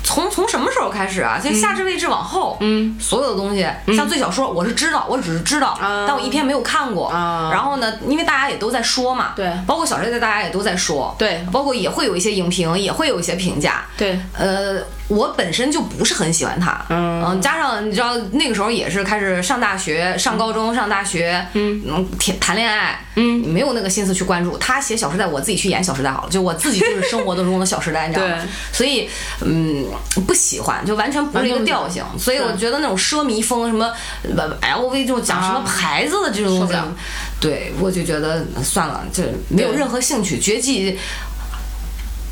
G: 从从什么时候开始啊？就
F: 嗯
G: 《夏至未至》往后，嗯，所有的东西，像最小说，我是知道，我只是知道，但我一篇没有看过。
F: 啊
G: 然后呢，因为大家也都在说嘛，
F: 对
G: 包括《小时代》，大家也都在说，
F: 对
G: 包括也会有一些影评，也会有一些评价，
F: 对
G: 呃，我本身就不是很喜欢他，
F: 嗯
G: 加上你知道那个时候也是开始上大学、上高中、上大学，嗯，谈谈恋爱，嗯，没有那个心思去关注他写《小时代》，我自己去演《小时代》 好了，就我自己就是生活当中的《小时代》，你知道吗
F: 对？
G: 所以，嗯，不喜欢，就完全不是一
F: 完全
G: 个
F: 不喜欢
G: 调性，所以我觉得那种奢靡风什么呃 LV 这种讲什么牌子的这种东西
F: 受不了，
G: 对我就觉得嗯算了，就没有
F: 对
G: 任何兴趣，绝技。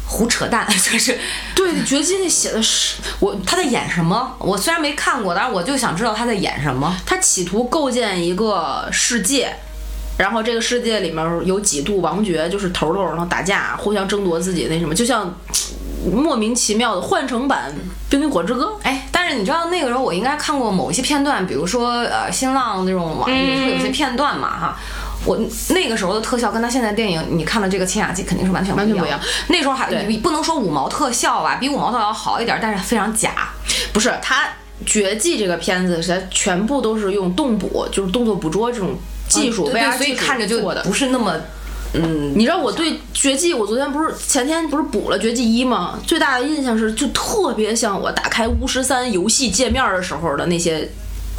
G: 胡扯淡， 就是
F: 对，绝技那写的是我，
G: 他在演什么？我虽然没看过，但是我就想知道他在演什么。
F: 他企图构建一个世界，然后这个世界里面有几度王爵，就是头头，然后打架，互相争夺自己那什么，就像嘖莫名其妙的换乘版《冰与火之歌》。
G: 哎，但是你知道那个时候
F: 嗯
G: 我应该看过某一些片段，比如说呃，新浪那种网页会有些片段嘛哈。我那个时候的特效跟他现在电影，你看了这个《千雅集》肯定是完全
F: 完全不
G: 不
F: 一样。
G: 那时候还
F: 对
G: 你不能说五毛特效吧，比五毛特效好一点，但是非常假。
F: 不是他《绝技》这个片子，它全部都是用动捕，就是动作捕捉这种技术，
G: 啊对对
F: VR
G: 所以
F: 技术
G: 看着就
F: 做的。
G: 不是那么，嗯，
F: 你知道我对《绝技》，我昨天不是前天不是补了《绝技一》吗？最大的印象是，就特别像我打开巫师三游戏界面的时候的那些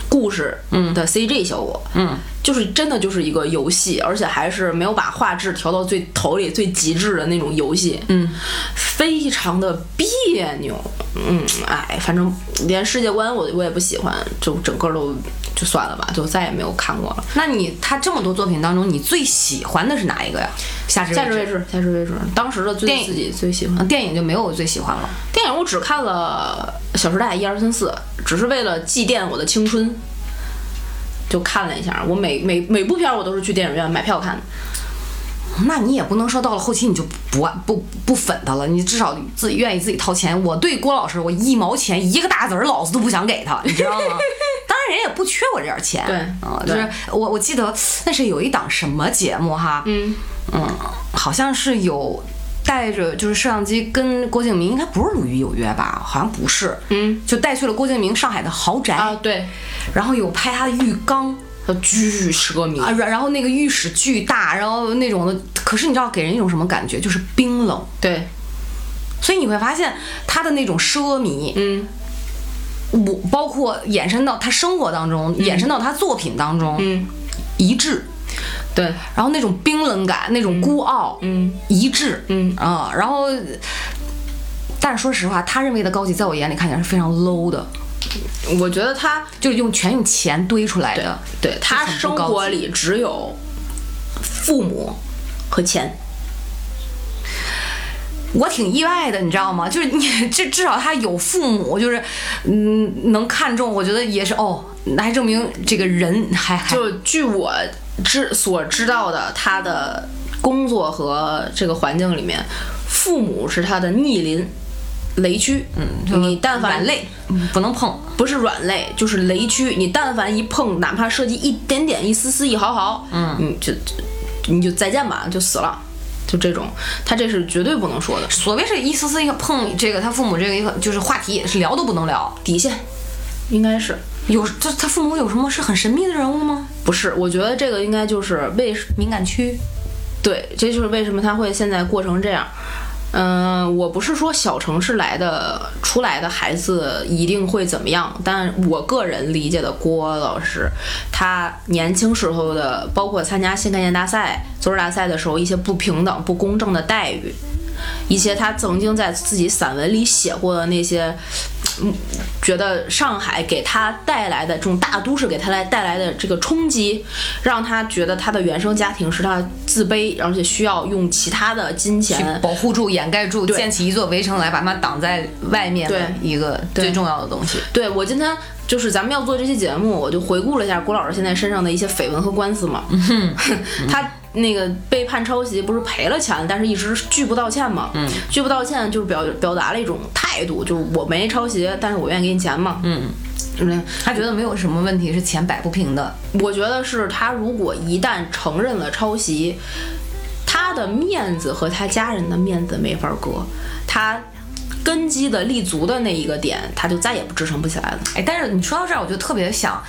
F: 故事的 CG 效果，嗯，就是真的就是一个游戏，而且还是没有把画质调到最头里最极致的那种游戏，嗯，非常的别扭，嗯，哎，反正连世界观我我也不喜欢，就整个都就算了吧，就再也没有看过了。
G: 那你他这么多作品当中，你最喜欢的是哪一个呀？夏至
F: 价值
G: 未
F: 位置，价值位置，当时的
G: 电
F: 最
G: 影
F: 自己最喜欢
G: 嗯，电影就没有我最喜欢了。
F: 电影我只看了《小时代》一二三四，只是为了祭奠我的青春，就看了一下。我每每每部片儿我都是去电影院买票看的。
G: 那你也不能说到了后期你就不爱不不粉他了，你至少自己愿意自己掏钱。我对郭老师，我一毛钱一个大子儿，老子都不想给他，你知道吗？ 当然人也不缺我这点儿钱，
F: 对
G: 啊、就
F: 对
G: 是我我记得那是有一档什么节目哈，嗯嗯，好像是有。带着就是摄像机跟郭敬明，应该不是《鲁豫有约》吧？好像不是，嗯，就带去了郭敬明上海的豪宅，
F: 啊，对，
G: 然后有拍他的浴缸，
F: 巨奢靡
G: 啊，然然后那个浴室巨大，然后那种的，可是你知道给人一种什么感觉？就是冰冷。
F: 对，
G: 所以你会发现他的那种奢靡，
F: 嗯，
G: 我包括延伸到他生活当中，延伸到他作品当中，嗯，一致。
F: 对，
G: 然后那种冰冷感，那种孤傲，嗯，一致，嗯啊、然后，但是说实话，他认为的高级，在我眼里看起来是非常 low 的，
F: 我觉得他
G: 就是用全用钱堆出来
F: 对
G: 的。
F: 对他
G: 啊很
F: 生
G: 不高
F: 活
G: 级
F: 里只有父母和钱。
G: 我挺意外的，你知道吗？就是你至至少他有父母，就是嗯能看中，我觉得也是哦，那还证明这个人还还
F: 就据我知所知道的，他的工作和这个环境里面，父母是他的逆鳞雷区。
G: 就
F: 嗯你但凡
G: 软肋嗯不能碰。
F: 不是软肋，就是雷区。你但凡一碰，哪怕涉及一点点、一丝丝、一毫毫，嗯，你就你就再见吧，就死了，就这种，他这是绝对不能说的
G: 所谓是一丝丝一个碰这个他父母这个一个就是话题也是聊都不能聊。
F: 底线，应该是
G: 有这他父母有什么是很神秘的人物吗？
F: 不是？我觉得这个应该就是为
G: 敏感区
F: 对，这就是为什么他会现在过成这样。嗯、我不是说小城市来的出来的孩子一定会怎么样，但我个人理解的郭老师，他年轻时候的，包括参加新概念大赛、足球大赛的时候，一些不平等、不公正的待遇，一些他曾经在自己散文里写过的那些，嗯，觉得上海给他带来的这种大都市给他来带来的这个冲击，让他觉得他的原生家庭是他自卑，而且需要用其他的金
G: 去
F: 钱。
G: 嗯保护住、掩盖住，建起一座围城来把它挡在外面的
F: 对
G: 一个
F: 对
G: 最重要的东西。
F: 对我今天就是咱们要做这期节目，我就回顾了一下郭老师现在身上的一些绯闻和官司嘛。 他那个被判抄袭不是赔了钱，但是一直拒不道歉嘛。嗯，拒不道歉就是表表达了一种态度，就是我没抄袭，但是我愿意给你钱嘛。嗯。
G: 他觉得没有什么问题是钱摆不平的，
F: 我觉得是他如果一旦承认了抄袭，他的面子和他家人的面子没法割，他根基的立足的那一个点，他就再也不支撑不起来了。
G: 哎，但是你说到这儿，我就特别想，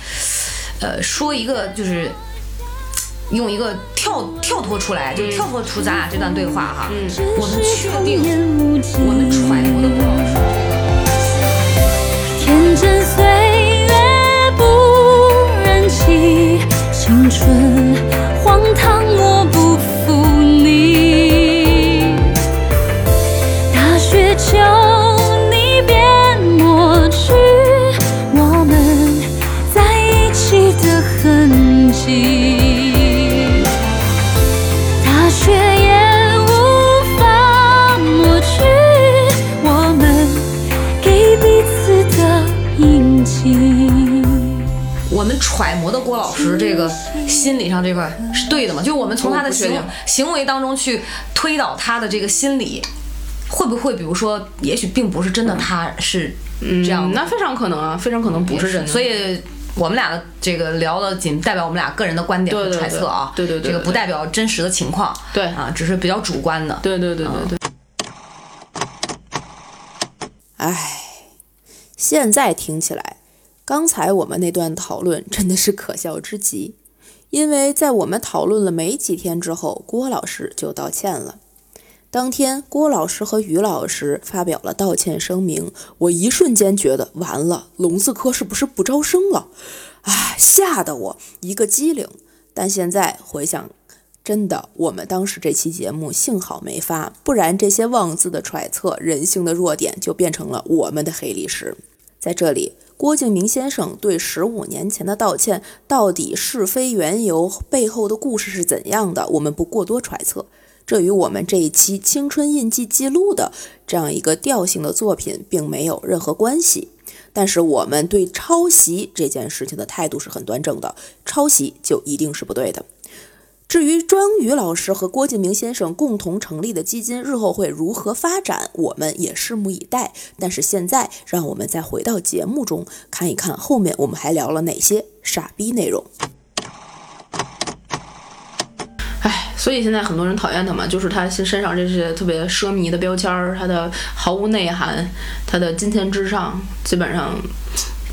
G: 呃，说一个就是。用一个跳跳脱出来，就跳脱出咱俩这段对话哈。我们确定，我们揣摩的不知道是
I: 天真岁月不忍欺，青春荒唐我不负你。大雪求你别抹去我们在一起的痕迹。大雪也无法抹去我们给彼此的印记。
G: 我们揣摩的郭老师这个心理上这块儿是对的吗？就我们从他的行
F: 我不确
G: 行为当中去推导他的这个心理，会不会比如说，也许并不是真的，他是这样
F: 嗯，
G: 的
F: 那非常可能啊，非常可能不是真的。
G: 所以我们俩的这个聊的仅代表我们俩个人的观点和
F: 对对
G: 揣测啊，
F: 对对对对
G: 这个不
F: 对
G: 代表真实的情况，
F: 对
G: 啊，只是比较主观的。
F: 对对对对对，
A: 唉，现在听起来，刚才我们那段讨论真的是可笑之极，因为在我们讨论了没几天之后，郭老师就道歉了。当天，郭老师和于老师发表了道歉声明，我一瞬间觉得完了，聋子科是不是不招生了？啊，吓得我一个机灵。但现在回想真的，我们当时这期节目幸好没发，不然这些妄自的揣测、人性的弱点就变成了我们的黑历史。在这里，郭敬明先生对十五年前的道歉到底是非缘由、背后的故事是怎样的，我们不过多揣测。这与我们这一期《青春印记》记录的这样一个调性的作品并没有任何关系。但是我们对抄袭这件事情的态度是很端正的，抄袭就一定是不对的。至于庄宇老师和郭敬明先生共同成立的基金日后会如何发展，我们也拭目以待。但是现在，让我们再回到节目中，看一看后面我们还聊了哪些傻逼内容。
F: 唉，哎所以现在很多人讨厌他嘛，就是他身身上这些特别奢靡的标签儿，他的毫无内涵，他的金钱至上，基本上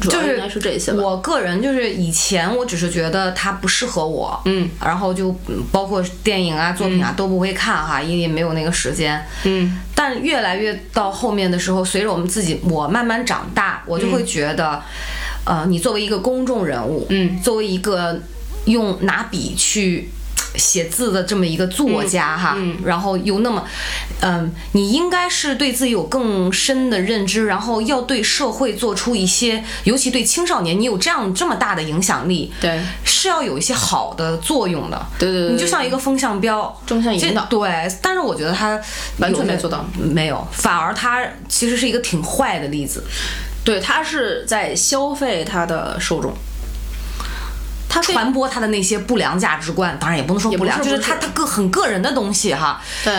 F: 主要
G: 就是
F: 应该是这些吧。
G: 我个人就是以前我只是觉得它不适合我，
F: 嗯，
G: 然后就嗯包括电影啊、作品啊、都不会看哈，因为没有那个时间。
F: 嗯，
G: 但越来越到后面的时候，随着我们自己我慢慢长大，我就会觉得，呃，你作为一个公众人物，
F: 嗯，
G: 作为一个用拿笔去。写字的这么一个作
F: 嗯
G: 家哈，然后又那么，嗯，你应该是对自己有更深的认知，然后要对社会做出一些，尤其对青少年，你有这样这么大的影响力，
F: 对
G: 是要有一些好的作用的。
F: 对对对对
G: 你就像一个风向标，
F: 正向引导
G: 这对，但是我觉得他
F: 完全
G: 有
F: 没做到，
G: 没有，反而他其实是一个挺坏的例子，
F: 对，他是在消费他的受众，他非
G: 传播他的那些不良价值观，当然也不能说
F: 也不
G: 良，
F: 是
G: 就是
F: 不是
G: 他他个很个人的东西哈，
F: 对，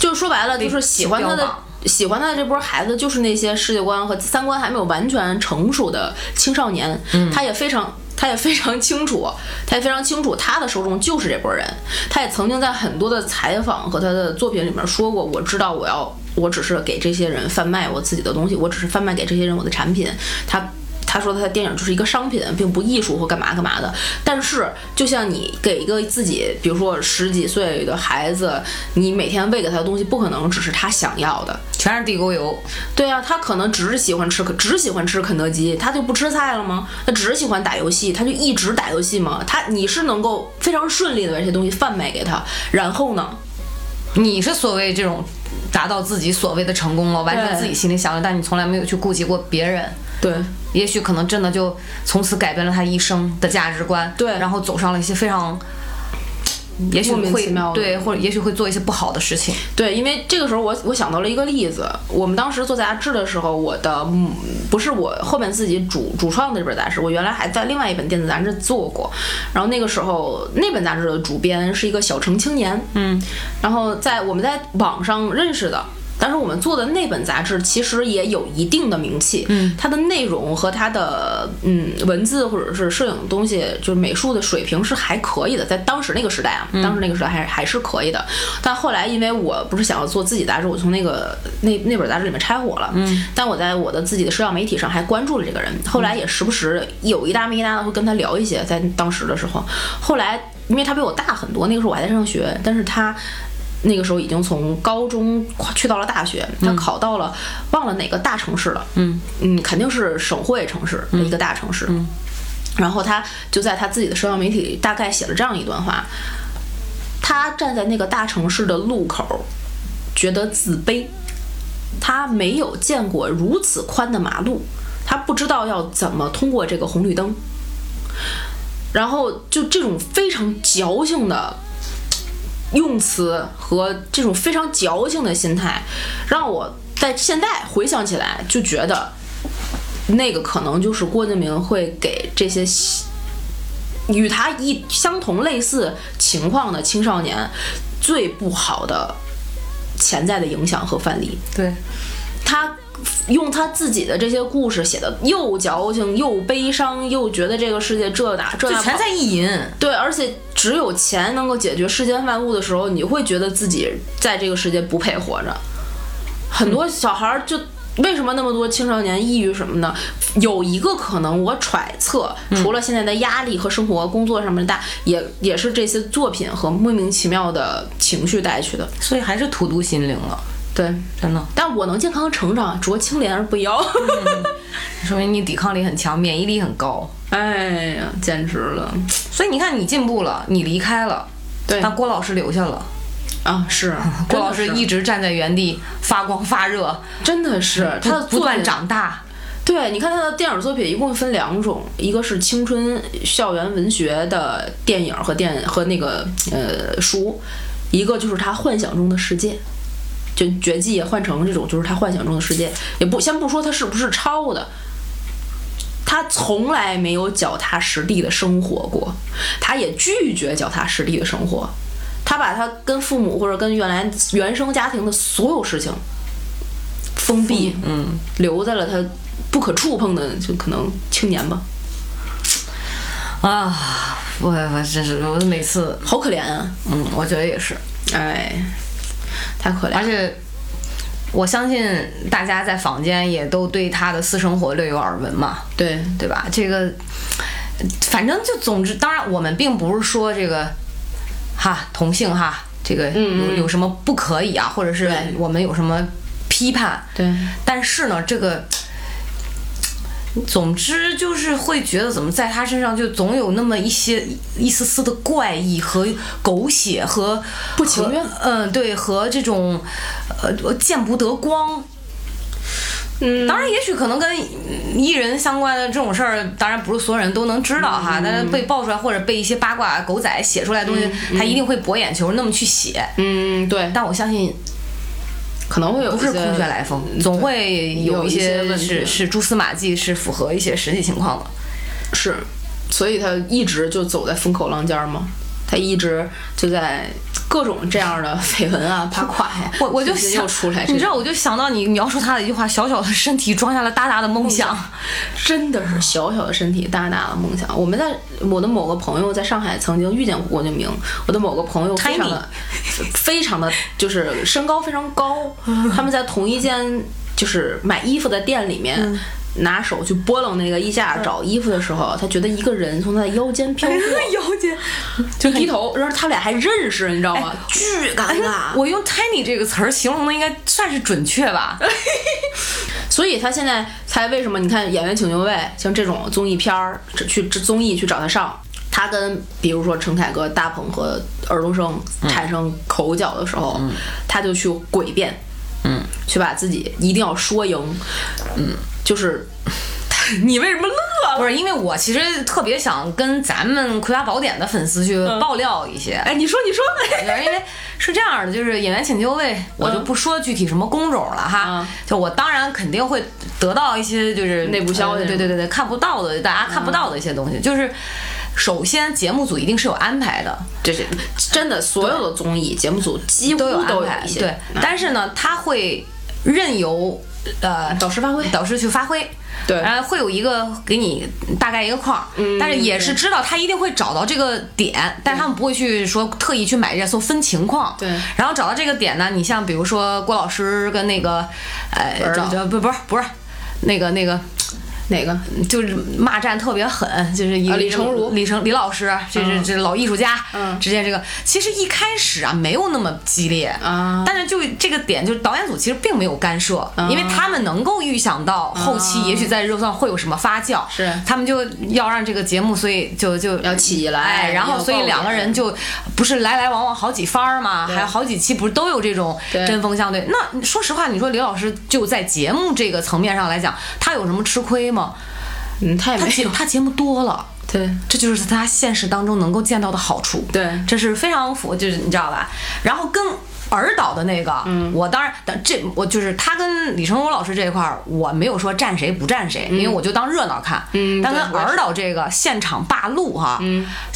F: 就是说白了，就是喜欢他
G: 标
F: 的
G: 榜。
F: 喜欢他的这波孩子，就是那些世界观和三观还没有完全成熟的青少年，
G: 嗯
F: 他也非常，他也非常清楚，他也非常清楚他的受众就是这波人。他也曾经在很多的采访和他的作品里面说过，我知道我要，我只是给这些人贩卖我自己的东西，我只是贩卖给这些人我的产品。他他说他的电影就是一个商品，并不艺术或干嘛干嘛的。但是，就像你给一个自己，比如说十几岁的孩子，你每天喂给他的东西，不可能只是他想要的。
G: 全是地沟油。
F: 对啊，他可能只是喜欢吃，只喜欢吃肯德基，他就不吃菜了吗？他只喜欢打游戏，他就一直打游戏吗？他你是能够非常顺利的把这些东西贩卖给他，然后呢？
G: 你是所谓这种达到自己所谓的成功了，完成
F: 对
G: 自己心里想的，但你从来没有去顾及过别人。
F: 对
G: 也许可能真的就从此改变了他一生的价值观，
F: 对
G: 然后走上了一些非常，也许
F: 莫名
G: 会
F: 其妙的
G: 对，或者也许会做一些不好的事情。
F: 对，因为这个时候我我想到了一个例子，我们当时做杂志的时候，我的嗯不是我后面自己主主创的这本杂志，我原来还在另外一本电子杂志做过，然后那个时候那本杂志的主编是一个小城青年，嗯，然后在我们在网上认识的。但是我们做的那本杂志其实也有一定的名气，嗯，它的内容和它的嗯文字或者是摄影的东西，就是美术的水平是还可以的，在当时那个时代啊，当时那个时代还还是可以的。但后来因为我不是想要做自己杂志，我从那个那那本杂志里面拆伙了，嗯，但我在我的自己的社交媒体上还关注了这个人，后来也时不时有一搭没一搭的会跟他聊一些，在当时的时候，后来因为他比我大很多，那个时候我还在上学，但是他。那个时候已经从高中跨去到了大学，他考到了、忘了哪个大城市了，嗯嗯，肯定是省会城市的一个大城市。然后他就在他自己的社交媒体里大概写了这样一段话：他站在那个大城市的路口，觉得自卑，他没有见过如此宽的马路，他不知道要怎么通过这个红绿灯。然后就这种非常矫情的用词和这种非常矫情的心态，让我在现在回想起来就觉得，那个可能就是郭敬明会给这些西与他一相同类似情况的青少年最不好的潜在的影响和范例。
G: 对，
F: 他用他自己的这些故事写的又矫情又悲伤，又觉得这个世界这哪这
G: 就
F: 哪
G: 全在意淫。
F: 对，而且只有钱能够解决世间万物的时候，你会觉得自己在这个世界不配活着。很多小孩儿就为什么那么多青少年抑郁什么的，有一个可能我揣测，除了现在的压力和生活、工作上面的大，也也是这些作品和莫名其妙的情绪带去的。
G: 所以还是荼毒心灵了，
F: 对，
G: 真的，
F: 但我能健康成长，濯清涟而不妖。
G: 说明你抵抗力很强，免疫力很高。
F: 哎呀，简直了！
G: 所以你看，你进步了，你离开了，
F: 对
G: 但郭老师留下了。
F: 啊，是
G: 郭老师
F: 真的是
G: 一直站在原地发光发热，
F: 真的是他的
G: 不
F: 作
G: 断
F: 品
G: 长大。
F: 对，你看他的电影作品一共分两种，一个是青春校园文学的电影和电和那个呃书，一个就是他幻想中的世界，就《绝技》也换成这种，就是他幻想中的世界，也不先不说他是不是抄的。他从来没有脚踏实地的生活过，他也拒绝脚踏实地的生活。他把他跟父母或者跟原来原生家庭的所有事情封闭，嗯，留在了他不可触碰的，就可能青年吧，
G: 啊，我我真是我每次，
F: 好可怜啊！
G: 嗯，我觉得也是，
F: 哎，太可怜
G: 而
F: 了。
G: 且我相信大家在坊间也都对他的私生活略有耳闻嘛，
F: 对，
G: 对吧？这个，反正就总之，当然我们并不是说这个哈同性哈这个有有什么不可以啊，或者是
F: 对
G: 我们有什么批判，
F: 对，
G: 但是呢，这个。总之就是会觉得怎么在他身上就总有那么一些一丝丝的怪异和狗血和
F: 不情愿
G: 和嗯，对，和这种呃见不得光。
F: 嗯
G: 当然，也许可能跟艺人相关的这种事儿，当然不是所有人都能知道
F: 嗯
G: 哈。但是被爆出来或者被一些八卦狗仔写出来的东西，他一定会博眼球，那么去写。
F: 嗯，对，
G: 但我相信
F: 可能会有
G: 不
F: 一
G: 是
F: 些
G: 空穴来风，总会有
F: 有一
G: 一
F: 些
G: 些
F: 问题
G: 是是蛛丝马迹，是符合一些实际情况的。
F: 是，所以他一直就走在风口浪尖儿嘛，他一直就在各种这样的绯闻啊、八卦呀，
G: 我我就
F: 最近
G: 想
F: 又出来这种，
G: 你知道，我就想到你描述他的一句话：“小小的身体装下了大大的梦想。
F: 真的是小小的身体，大大的梦想。我们在我的某个朋友在上海曾经遇见过郭敬明，我的某个朋友非常的非常的就是身高非常高，他们在同一间就是买衣服的店里面。拿手去拨弄那个衣架找衣服的时候，他觉得一个人从他的腰间飘过， 腰间哎就低头，然后他俩还认识，你知道吗？巨尴尬。
G: 哎我用 “tiny” 这个词儿形容的应该算是准确吧？
F: 所以他现在才为什么？你看《演员请就位》，像这种综艺片儿，这去这综艺去找他上，他跟比如说陈凯歌、大鹏和尔冬升产生口角的时候，他就去诡辩，嗯，去把自己一定要说赢，嗯，就是。你为什么乐？啊
G: 不是，因为我其实特别想跟咱们《葵花宝典》的粉丝去爆料一些，
F: 哎，你说，你说，
G: 因为是这样的，就是《演员请就位》，我就不说具体什么工种了哈
F: 嗯，
G: 就我当然肯定会得到一些就是
F: 内部消息嗯
G: 呃对对对对，看不到的，大家看不到的一些东西，就是。首先，节目组一定是有安排的，
F: 这是真的，所有的综艺节目组几乎
G: 都有
F: 都
G: 安
F: 有
G: 排
F: 一，些，嗯
G: 对，但是呢，他会任由呃
F: 导师发挥
G: 导师去发挥。
F: 对嗯
G: 然后会有一个给你大概一个框儿，但是也是知道他一定会找到这个点，但是他们不会去说特意去买热搜分情况。
F: 对
G: 然后找到这个点呢，你像比如说郭老师跟那个，呃，
F: 文儿
G: 这
F: 啊
G: 这不不是不是，那个那个
F: 哪个？
G: 就是骂战特别狠，就是一
F: 啊李成儒
G: 李成李老师，这是这老艺术家，
F: 嗯
G: 之间这个其实一开始啊没有那么激烈
F: 啊
G: 但是就这个点，就是导演组其实并没有干涉，因为他们能够预想到后期也许在热搜上会有什么发酵，
F: 啊是
G: 他们就要让这个节目，所以就就
F: 要起来
G: 哎然
F: 要
G: 后所以
F: 爆
G: 两个
F: 点
G: 人就不是来来往往好几番儿嘛，还有好几期不是都有这种
F: 对
G: 针锋相对？那说实话，你说李老师就在节目这个层面上来讲，他有什么吃亏吗？
F: 嗯，他也
G: 他
F: 没
G: 节
F: 有。
G: 他节目多了。
F: 对
G: 这就是他现实当中能够见到的好处，
F: 对
G: 这是非常符，就是你知道吧？然后跟尔导的那个，
F: 嗯
G: 我当然，但这我就是他跟李成儒老师这一块儿，我没有说站谁不站谁，
F: 嗯
G: 因为我就当热闹看。但跟尔导这个现场霸录哈，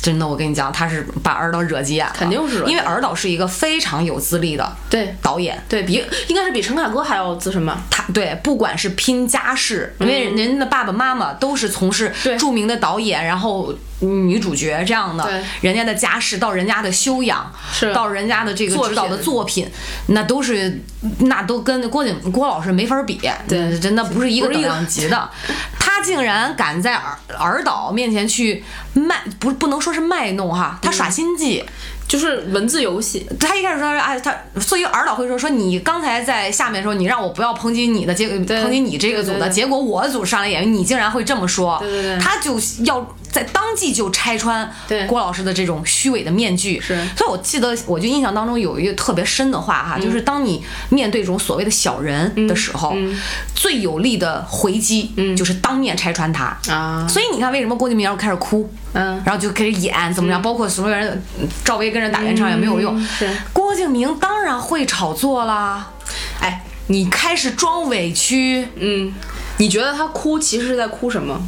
G: 真的我跟你讲，他是把尔导惹急眼了，
F: 嗯肯定是惹急
G: 因为尔导是一个非常有资历的
F: 对
G: 导演，
F: 对比应该是比陈凯歌还要资深吧？
G: 他对，不管是拼家世，因为人家的爸爸妈妈都是从事
F: 嗯对
G: 著名的导演，然后女主角这样的
F: 对，
G: 人家的家世到人家的修养，
F: 是
G: 到人家的这
F: 作品
G: 个指导的作品，那都是那都跟郭景郭老师没法比，
F: 对
G: 真的不是一个
F: 不是
G: 等
F: 一个
G: 量级的。 他竟然敢在尔尔导面前去卖，不不能说是卖弄哈，
F: 嗯
G: 他耍心计。
F: 就是文字游戏，
G: 他一开始说，哎，他所以尔导会说说你刚才在下面的时候，你让我不要抨击你的，结果
F: 对
G: 抨击你这个组
F: 对对
G: 的，
F: 对
G: 结果我组上来演员，你竟然会这么说，
F: 对对对
G: 他就要在当即就拆穿
F: 对
G: 郭老师的这种虚伪的面具。
F: 是
G: 所以我记得，我就印象当中有一个特别深的话哈，
F: 嗯
G: 就是当你面对这种所谓的小人的时候，
F: 嗯
G: 最有力的回击就是当面拆穿他
F: 啊
G: 所以你看，为什么郭敬明要开始哭？
F: 嗯
G: 然后就开始演怎么样，包括所有人，赵薇跟人打圆场也没有用。
F: 是
G: 郭敬明当然会炒作啦，哎，你开始装委屈，
F: 嗯，你觉得他哭其实是在哭什么？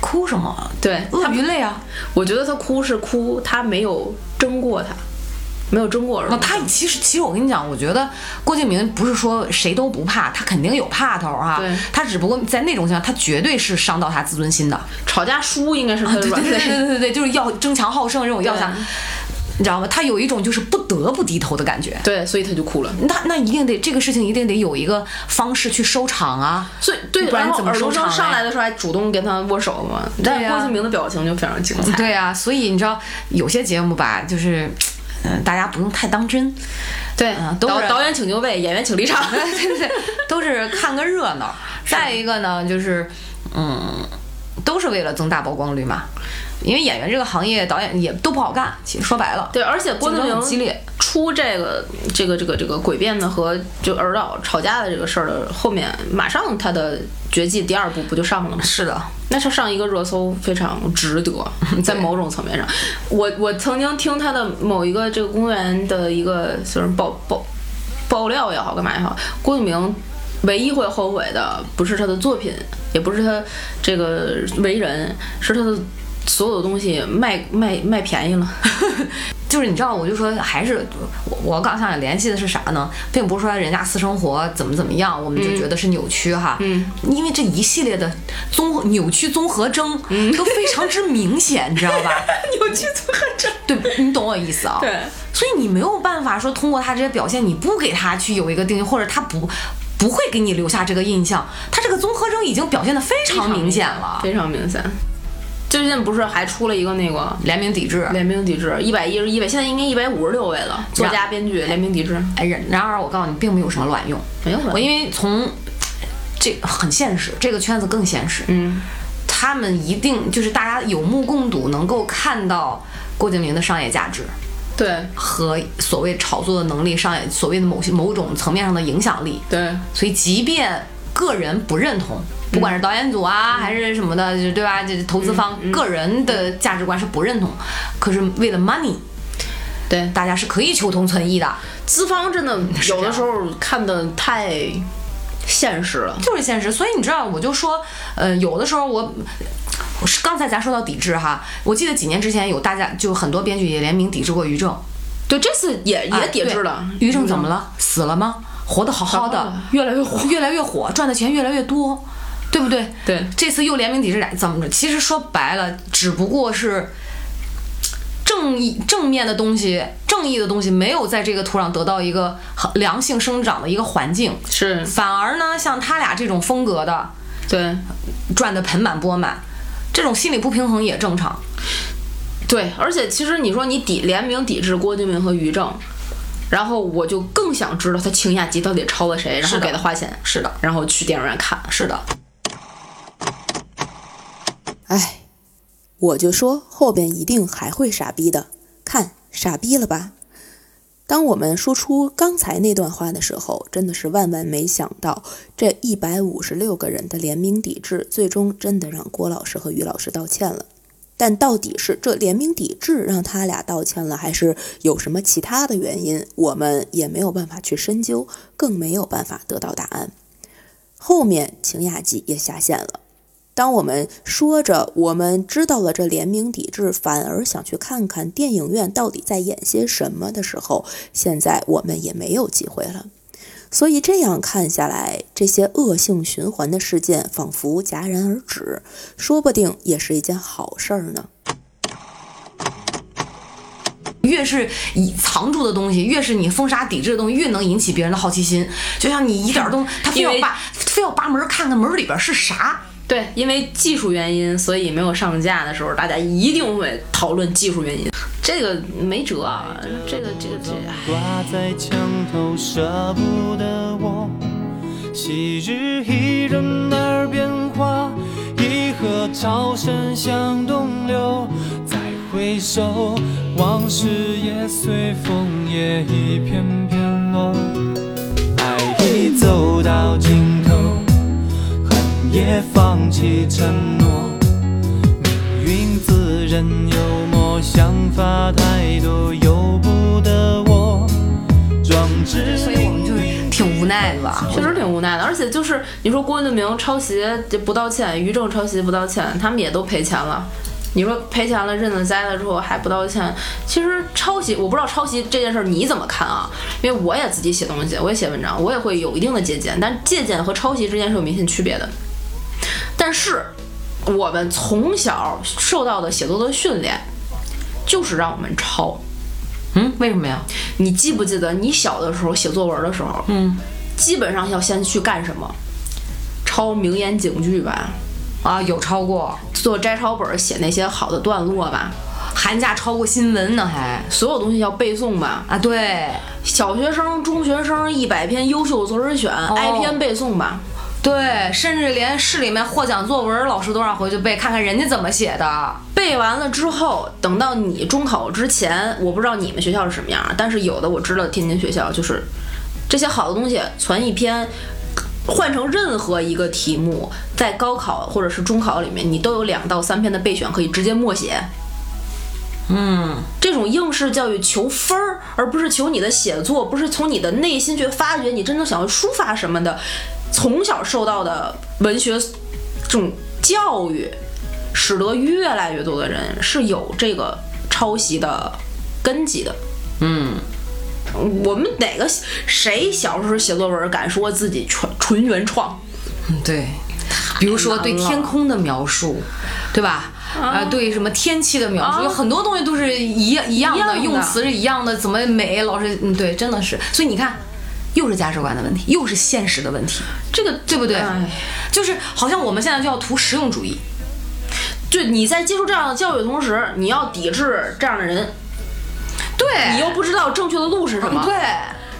G: 哭什么？
F: 对
G: 鳄
F: 他
G: 鱼泪啊！
F: 我觉得他哭是哭，他没有争过他，没有争过儿
G: 那
F: 子。
G: 他其实，其实我跟你讲，我觉得郭敬明不是说谁都不怕，他肯定有怕头啊
F: 对。
G: 他只不过在那种情况下，他绝对是伤到他自尊 心的。
F: 吵架输应该是他
G: 啊对
F: 的软
G: 对对对
F: 肋。
G: 对对对，就是要争强好胜这种要想
F: 对，
G: 你知道吗？他有一种就是不得不低头的感觉。
F: 对，所以他就哭了。
G: 那那一定得这个事情一定得有一个方式去收场啊。
F: 所以对，
G: 不然
F: 然后
G: 怎么
F: 尔冬
G: 收场
F: 升上
G: 嘞
F: 来的时候还主动跟他握手嘛，但
G: 对啊
F: 是
G: 呀
F: 郭敬明的表情就非常精彩。
G: 对啊，所以你知道有些节目吧，就是，嗯、大家不用太当真，
F: 对
G: 啊都
F: 导
G: 是
F: 导演请就位，演员请离场。
G: 对对对， 都是看个热闹。再一个呢，就是，嗯，都是为了增大曝光率嘛。因为演员这个行业，导演也都不好干。其实说白 了，
F: 对，而且郭
G: 竞
F: 敬
G: 争
F: 明
G: 很激烈。
F: 出这个这个这个这个诡辩的和就尔导吵架的这个事儿的后面，马上他的绝技第二部不就上了吗？
G: 是的，
F: 那是上一个热搜非常值得，在某种层面上，我我曾经听他的某一个这个公务员的一个就是爆爆爆料也好，干嘛也好，郭敬明唯一会后悔的不是他的作品，也不是他这个为人，是他的所有的东西卖卖卖便宜了。
G: 就是你知道，我就说还是我我刚想联系的是啥呢？并不是说人家私生活怎么怎么样，我们就觉得是扭曲哈。嗯，因为这一系列的综合扭曲综合征
F: 嗯
G: 都非常之明显，你知道 吧？
F: 扭曲综合症。
G: 对，你懂我意思啊？
F: 对，
G: 所以你没有办法说通过他这些表现，你不给他去有一个定义，或者他不不会给你留下这个印象。他这个综合征已经表现的非常明显了，
F: 非常明显。最近不是还出了一个那个
G: 联名抵制。
F: 联名抵制，一百一十一位，现在应该一百五十六位了。作家、编剧联名抵制，
G: 哎，然然而我告诉你，并没有什么卵用。
F: 没有了
G: 我。因为从这很现实，这个圈子更现实。
F: 嗯，
G: 他们一定就是大家有目共睹，能够看到郭敬明的商业价值
F: 对
G: 和所谓炒作的能力、商业所谓的某些某种层面上的影响力。
F: 对，
G: 所以，即便个人不认同，不管是导演组啊、还是什么的，就对吧？这投资方、个人的价值观是不认同，可是为了 money，
F: 对
G: 大家是可以求同存异的，
F: 资方真的有的时候看的太现实了。
G: 就是现实。所以你知道，我就说，呃，有的时候我。我是刚才咱说到抵制哈，我记得几年之前有大家就很多编剧也联名抵制过于正，
F: 对，这次也
G: 啊
F: 也抵制了。
G: 对于正怎么了？死了吗？活得好好
F: 好好
G: 的
F: 的，
G: 越来越火，越来越火，赚的钱越来越多，对不对？
F: 对
G: 这次又联名抵制俩，怎么着？其实说白了，只不过是正义正面的东西，正义的东西没有在这个土壤得到一个很良性生长的一个环境，
F: 是
G: 反而呢，像他俩这种风格的，
F: 对
G: 赚的盆满钵满，这种心理不平衡也正常。
F: 对，而且其实你说你抵联名抵制郭敬明和于正，然后我就更想知道他请雅集到底抄了谁，然
G: 是
F: 后
G: 的
F: 给他花钱，
G: 是的，
F: 然后去电影院看。
G: 是的。
H: 哎，
A: 我就说后边一定还会傻逼的，看傻逼了吧？当我们说出刚才那段话的时候，真的是万万没想到，这一百五十六个人的联名抵制，最终真的让郭老师和于老师道歉了。但到底是这联名抵制让他俩道歉了，还是有什么其他的原因，我们也没有办法去深究，更没有办法得到答案。后面晴雅集也下线了。当我们说着我们知道了这联名抵制，反而想去看看电影院到底在演些什么的时候，现在我们也没有机会了。所以这样看下来，这些恶性循环的事件仿佛戛然而止，说不定也是一件好事儿呢。
G: 越是以藏住的东西，越是你封杀抵制的东西，越能引起别人的好奇心。就像你一点东，他非要
F: 因为
G: 扒，非要扒门看看门里边是啥。
F: 对，因为技术原因，所以没有上架的时候，大家一定会讨论技术原因。这个没辙啊，这个这个这个，哎
E: 挂在墙头舍不得我，昔日伊人耳边话，一河潮声向东流。再回首，往事也随风，也一片片落。爱已走到尽头，恨也放弃承诺。命运自认幽默，想法太多，由不得我。壮志
G: 所以我们就是挺无奈的吧。
F: 确实挺无奈的。而且就是你说郭敬明抄袭这不道歉，于正抄袭不道歉，他们也都赔钱了。你说赔钱了，认了栽了之后还不道歉，其实抄袭我不知道抄袭这件事儿你怎么看啊？因为我也自己写东西，我也写文章，我也会有一定的借鉴，但借鉴和抄袭之间是有明显区别的。但是我们从小受到的写作的训练，就是让我们抄。
G: 嗯，为什么呀？
F: 你记不记得你小的时候写作文的时候，嗯，基本上要先去干什么？抄名言警句吧，
G: 啊，有超过
F: 做摘抄本儿写那些好的段落吧，
G: 寒假超过新闻呢还
F: 所有东西要背诵吧。
G: 啊？对
F: 小学生、中学生一百篇优秀作文选，挨篇背诵吧。
G: 对，甚至连市里面获奖作文老师都让回去背，看看人家怎么写的。
F: 背完了之后，等到你中考之前，我不知道你们学校是什么样啊，但是有的我知道天津学校就是这些好的东西存一篇，换成任何一个题目，在高考或者是中考里面，你都有两到三篇的备选可以直接默写。嗯，这种应试教育求分儿，而不是求你的写作，不是从你的内心去发掘你真正想要抒发什么的。从小受到的文学这种教育，使得越来越多的人是有这个抄袭的根基的。嗯，我们哪个谁小时候写作文敢说自己纯纯原创？
G: 嗯，对，比如说对天空的描述，对吧？啊，对什么天气的描述，有很多东西都是一样一样
F: 一样
G: 的，
F: 的
G: 用词是一样的，怎么美？老师，嗯，对，真的是。所以你看，又是价值观的问题，又是现实的问题，
F: 这个
G: 对不对
F: 哎？
G: 就是好像我们现在就要图实用主义，
F: 就你在接受这样的教育的同时，你要抵制这样的人，
G: 对，
F: 你又不知道正确的路是什么。
G: 对。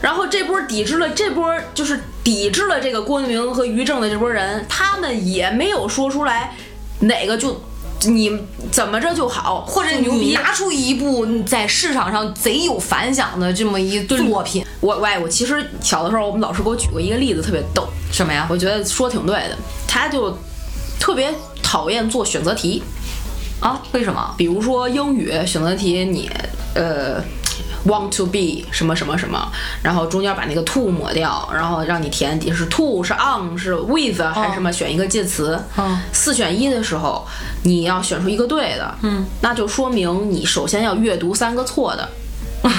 F: 然后这波抵制了，这波就是抵制了这个郭敬明和于正的这波人，他们也没有说出来哪个就你怎么着就好，
G: 或者
F: 就牛
G: 你
F: 逼。
G: 拿出一部在市场上贼有反响的这么一作品，
F: 我喂，我其实小的时候，我们老师给我举过一个例子，特别逗，
G: 什么呀？
F: 我觉得说挺对的。他就特别讨厌做选择题，
G: 啊，为什么？
F: 比如说英语选择题你，呃 want to be 什么什么什么，然后中间把那个 to 抹掉，然后让你填底是 to 是 on 是 with
G: 哦
F: 还是什么，选一个介词。
G: 嗯
F: 四选一的时候，你要选出一个对的，嗯，那就说明你首先要阅读三个错的。
G: 嗯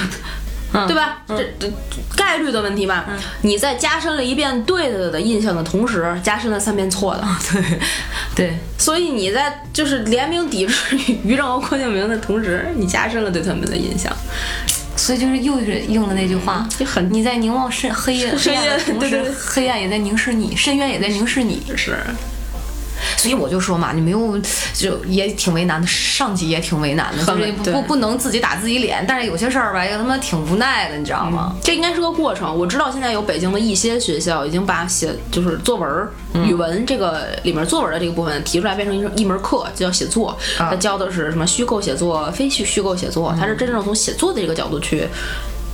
F: 对吧？这这概率的问题吧。你在加深了一遍对的的印象的同时，加深了三遍错的。
G: 啊 对，对，
F: 所以你在就是联名抵制于正和郭敬明的同时，你加深了对他们的印象。
G: 所以就是又是用了那句话，
F: 就很
G: 你在凝望深黑夜黑
F: 深夜
G: 暗的同
F: 对对
G: 时
F: 对，
G: 黑暗也在凝视你，深渊也在凝视你。
F: 是，
G: 所以我就说嘛，你没有就也挺为难的，上级也挺为难的，
F: 很
G: 就是不
F: 对
G: 不不能自己打自己脸，但是有些事儿吧，也他妈挺无奈的，你知道吗？
F: 这应该是个过程。我知道现在有北京的一些学校已经把写就是作文儿、
G: 嗯
F: 语文这个里面作文的这个部分提出来，变成一一门课，就叫写作。
G: 啊嗯
F: 它教的是什么虚构写作、非虚虚构写作，它是真正从写作的这个角度去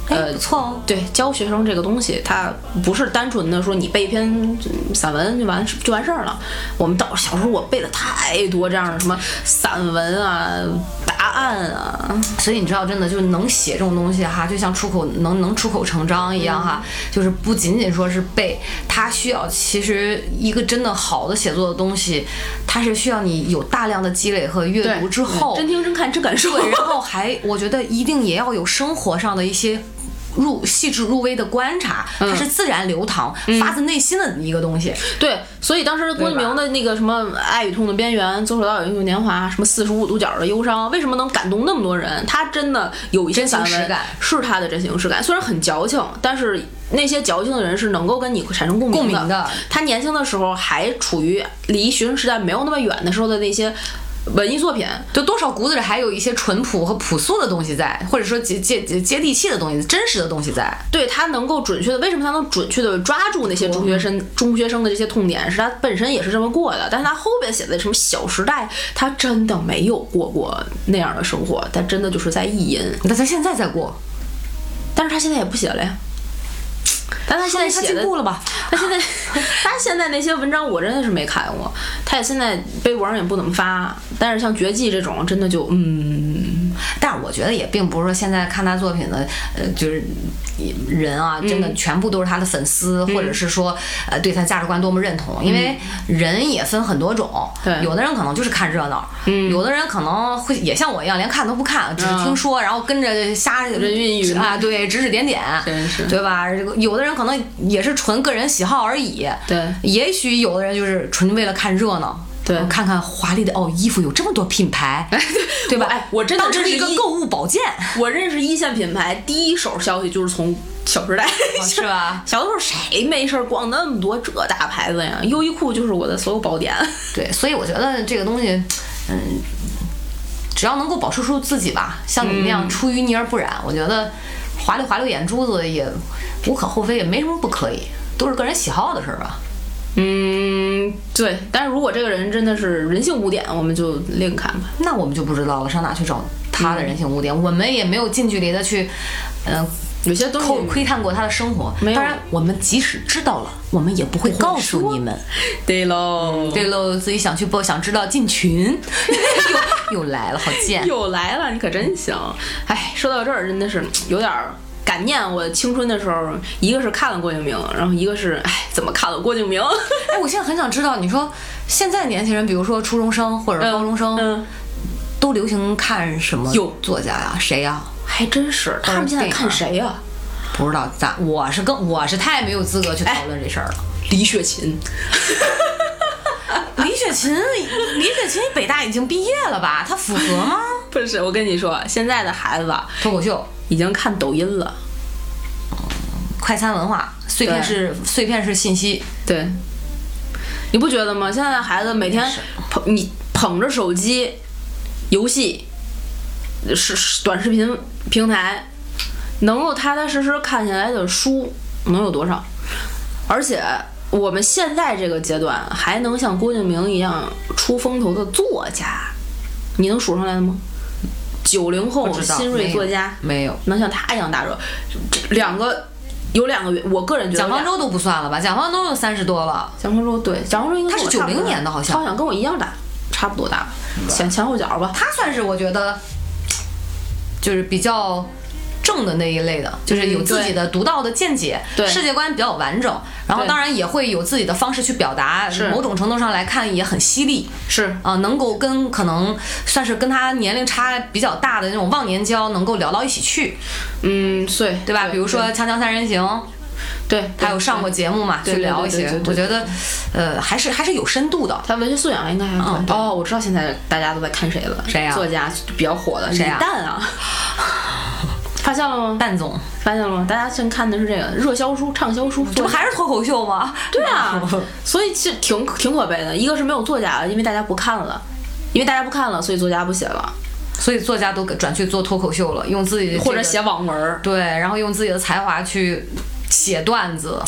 F: 呃
C: 哎
G: 不，错哦。
F: 对，教学生这个东西，它不是单纯的说你背一篇嗯散文就完就完事儿了。我们到小时候我背了太多这样的什么散文啊、答案啊，
G: 所以你知道，真的就是能写这种东西哈，就像出口能能出口成章一样
F: 嗯
G: 哈，就是不仅仅说是背，它需要其实一个真的好的写作的东西，它是需要你有大量的积累和阅读之后，
F: 真听真看真感受。
G: 对，然后还我觉得一定也要有生活上的一些。入细致入微的观察，它是自然流淌、发自内心的一个东西。
F: 对，所以当时郭敬明的那个什么《爱与痛的边缘》，《左手到有英雄年华》，什么《四十五度角的忧伤》，为什么能感动那么多人？他真的有一些
G: 真情
F: 散
G: 实
F: 文
G: 感
F: 是他的真情实感，虽然很矫情，但是那些矫情的人是能够跟你产生共鸣
G: 共
F: 的。
G: 鸣的
F: 他年轻的时候还处于离学生时代没有那么远的时候的那些文艺作品，
G: 就多少骨子里还有一些淳朴和朴素的东西在，或者说接接接接地气的东西，真实的东西在。
F: 对他能够准确的，为什么他能准确的抓住那些中学
G: 嗯
F: 生中学生的这些痛点？是他本身也是这么过的，但是他后边写的什么《小时代》，他真的没有过过那样的生活，他真的就是在意淫。
G: 那咱现在再过，
F: 但是他现在也不写了呀，但他现在
G: 他
F: 写
G: 进
F: 的
G: 步了吧？
F: 他现在 他现在那些文章我真的是没看过，他也现在微博上也不怎么发，但是像《绝技》这种真的就嗯，
G: 但是我觉得也并不是说现在看他作品的，呃，就是人啊，真
F: 嗯
G: 的全部都是他的粉丝，或者是说呃对他价值观多么认同，因为人也分很多种，
F: 嗯对嗯
G: 有的人可能就是看热闹，有的人可能会也像我一样连看都不看，只是听说，然后跟着瞎人
F: 云亦云
G: 啊，对，指指点点，
F: 真是
G: 对吧？这个有的人可能也是纯个人喜好而已，
F: 对
G: 也许有的人就是纯为了看热闹。
F: 对
G: 看看华丽的哦，衣服有这么多品牌，对吧？
F: 哎我真的
G: 当成
F: 这是
G: 一个
F: 一
G: 购物宝剑，
F: 我认识一线品牌第一手消息就是从《小时代》
G: 是吧？
F: 小的时候谁没事儿逛那么多这大牌子呀？优衣库就是我的所有宝典。
G: 对，所以我觉得这个东西，嗯，只要能够保持住自己吧，像你那样出淤泥而不染，我觉得滑溜滑溜眼珠子也无可厚非，也没什么不可以，都是个人喜好的事儿吧。
F: 嗯，对。但是如果这个人真的是人性污点，我们就另看吧。
G: 那我们就不知道了，上哪去找他的人性污点？我们也没有近距离的去，嗯、
F: 有些东
G: 叩
F: 西，
G: 窥探过他的生活。
F: 没有
G: 当然，我们即使知道了，我们也不会告诉你们。
F: 嗯对喽，
G: 对喽，自己想去不想知道进群， 又又来了，好贱。
F: 又来了，你可真行。哎，说到这儿，真的是有点儿。感念我青春的时候，一个是看了郭敬明，然后一个是哎，怎么看了郭敬明？
G: 哎，我现在很想知道，你说现在年轻人，比如说初中生或者高中生，
F: 嗯，
G: 都流行看什么
F: 有
G: 作家呀、谁呀、
F: 还真是，他们现在看谁呀、
G: 啊不知道，咱我是更我是太没有资格去讨论这事儿了。
F: 李雪 琴，
G: 李雪琴，李雪琴北大已经毕业了吧？她符合 吗？
F: 不是我跟你说，现在的孩子
G: 脱口秀、
F: 已经看抖音了。
G: 快餐文化、碎片
F: 对
G: 式碎片式信息，
F: 对，你不觉得吗？现在的孩子每天捧你捧着手机、游戏、是是短视频平台，能够踏踏实实看下来的书能有多少？而且我们现在这个阶段还能像郭敬明一样出风头的作家，你能数上来的吗？九零后
G: 不知道
F: 新锐作家
G: 没有。没有
F: 能像他一样大热，这两个有两个，我个人觉得
G: 蒋
F: 两
G: 方舟都不算了吧？蒋方舟都三十多了，
F: 蒋方舟对，蒋方舟应该
G: 他是
F: 跟我差不多
G: 90年的好像
F: 他好像跟我一样大，差不多大，前前后脚吧。
G: 他算是我觉得就是比较正的那一类的，就是有自己的独到的见解，
F: 嗯对
G: 世界观比较完整，然后
F: 对
G: 当然也会有自己的方式去表达，
F: 是
G: 某种程度上来看也很犀利。
F: 是
G: 啊、能够跟可能算是跟他年龄差比较大的那种忘年交，能够聊到一起去，
F: 嗯，对
G: 对吧？比如说《
F: 对
G: 锵锵三人行》，
F: 对，
G: 他有上过
F: 对
G: 节目嘛，
F: 对
G: 去
F: 对
G: 聊
F: 对
G: 一
F: 对对
G: 些
F: 对，
G: 我
F: 对
G: 觉得，呃，还是还是有深度的。
F: 他文学素养应该还可
G: 嗯
F: 以。
G: 对
F: 哦，我知道现在大家都在看谁了，
G: 谁呀啊
F: 作家就比较火的
G: 谁呀
F: 李诞啊。发现了吗？
G: 蛋总，
F: 发现了吗？大家现在看的是这个热销书、畅销书，
G: 这
F: 这
G: 不还是脱口秀吗？
F: 对啊， 所以其实挺挺可悲的。一个是没有作家了，因为大家不看了，因为大家不看了，所以作家不写了，
G: 所以作家都转去做脱口秀了，用自己的
F: 或者
G: 这个
F: 写网文儿。
G: 对，然后用自己的才华去写段子，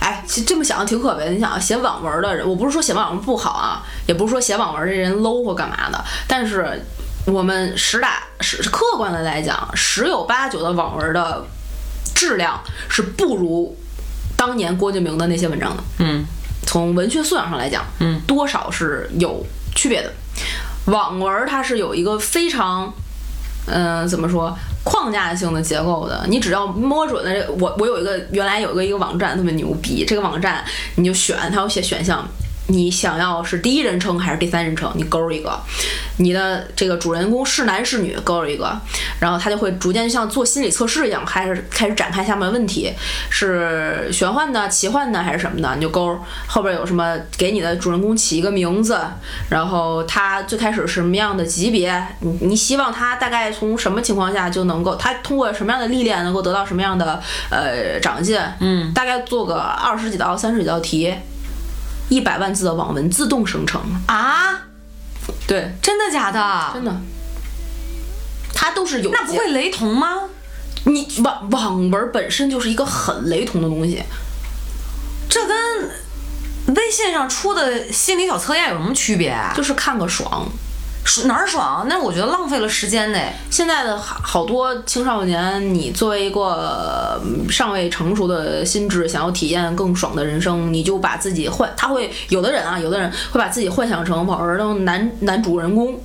F: 哎，其实这么想挺可悲的。你想啊写网文的人，我不是说写网文不好啊，也不是说写网文这人 low 或干嘛的，但是我们实打实客观的来讲，十有八九的网文的质量是不如当年郭敬明的那些文章的。
G: 嗯，
F: 从文学素养上来讲，
G: 嗯，
F: 多少是有区别的。网文儿它是有一个非常，嗯、怎么说框架性的结构的。你只要摸准了这，我我有一个原来有一个一个网站特别牛逼，这个网站你就选，它有写选项。你想要是第一人称还是第三人称？你勾一个，你的这个主人公是男是女，勾一个，然后他就会逐渐像做心理测试一样，开始开始展开下面的问题，是玄幻的、奇幻的还是什么的，你就勾后边有什么给你的主人公起一个名字，然后他最开始是什么样的级别，你你希望他大概从什么情况下就能够，他通过什么样的历练能够得到什么样的呃长进，嗯，大概做个二十几道、三十几道题。一百万字的网文自动生成，
G: 啊，
F: 对，
G: 真的假的？
F: 真的，它都是有
G: 那不会雷同吗？
F: 你网网文本身就是一个很雷同的东西，
G: 这跟微信上出的心理小测验有什么区别啊？
F: 就是看个爽。
G: 爽哪儿爽？那我觉得浪费了时间呢。
F: 现在的好好多青少年，你作为一个嗯尚未成熟的心智，想要体验更爽的人生，你就把自己幻，他会有的人啊，有的人会把自己幻想成网文的男男主人公，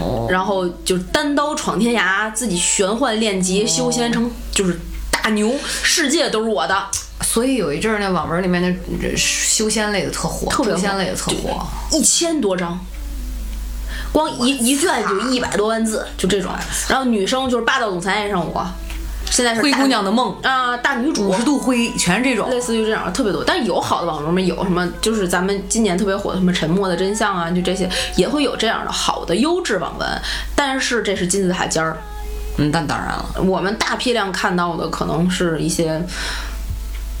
G: 哦
F: 然后就是单刀闯天涯，自己玄幻练级，修仙成就是大牛，世界都是我的。
G: 所以有一阵儿那网文里面的呃修仙类的特火，
F: 特别
G: 诛
F: 火
G: 仙类的特火。
F: 一千多章，光一一卷就一百多万字，就这种。然后女生就是霸道总裁爱上我，现在是
G: 灰
F: 大
G: 姑娘的梦，
F: 啊、大女主
G: 五十度灰，全是这种。
F: 类似于这样的特别多，但是有好的网文们有什么，就是咱们今年特别火的什么《沉默的真相》啊，就这些也会有这样的好的优质网文，但是这是金字塔尖儿，
G: 嗯，那当然了。
F: 我们大批量看到的可能是一些，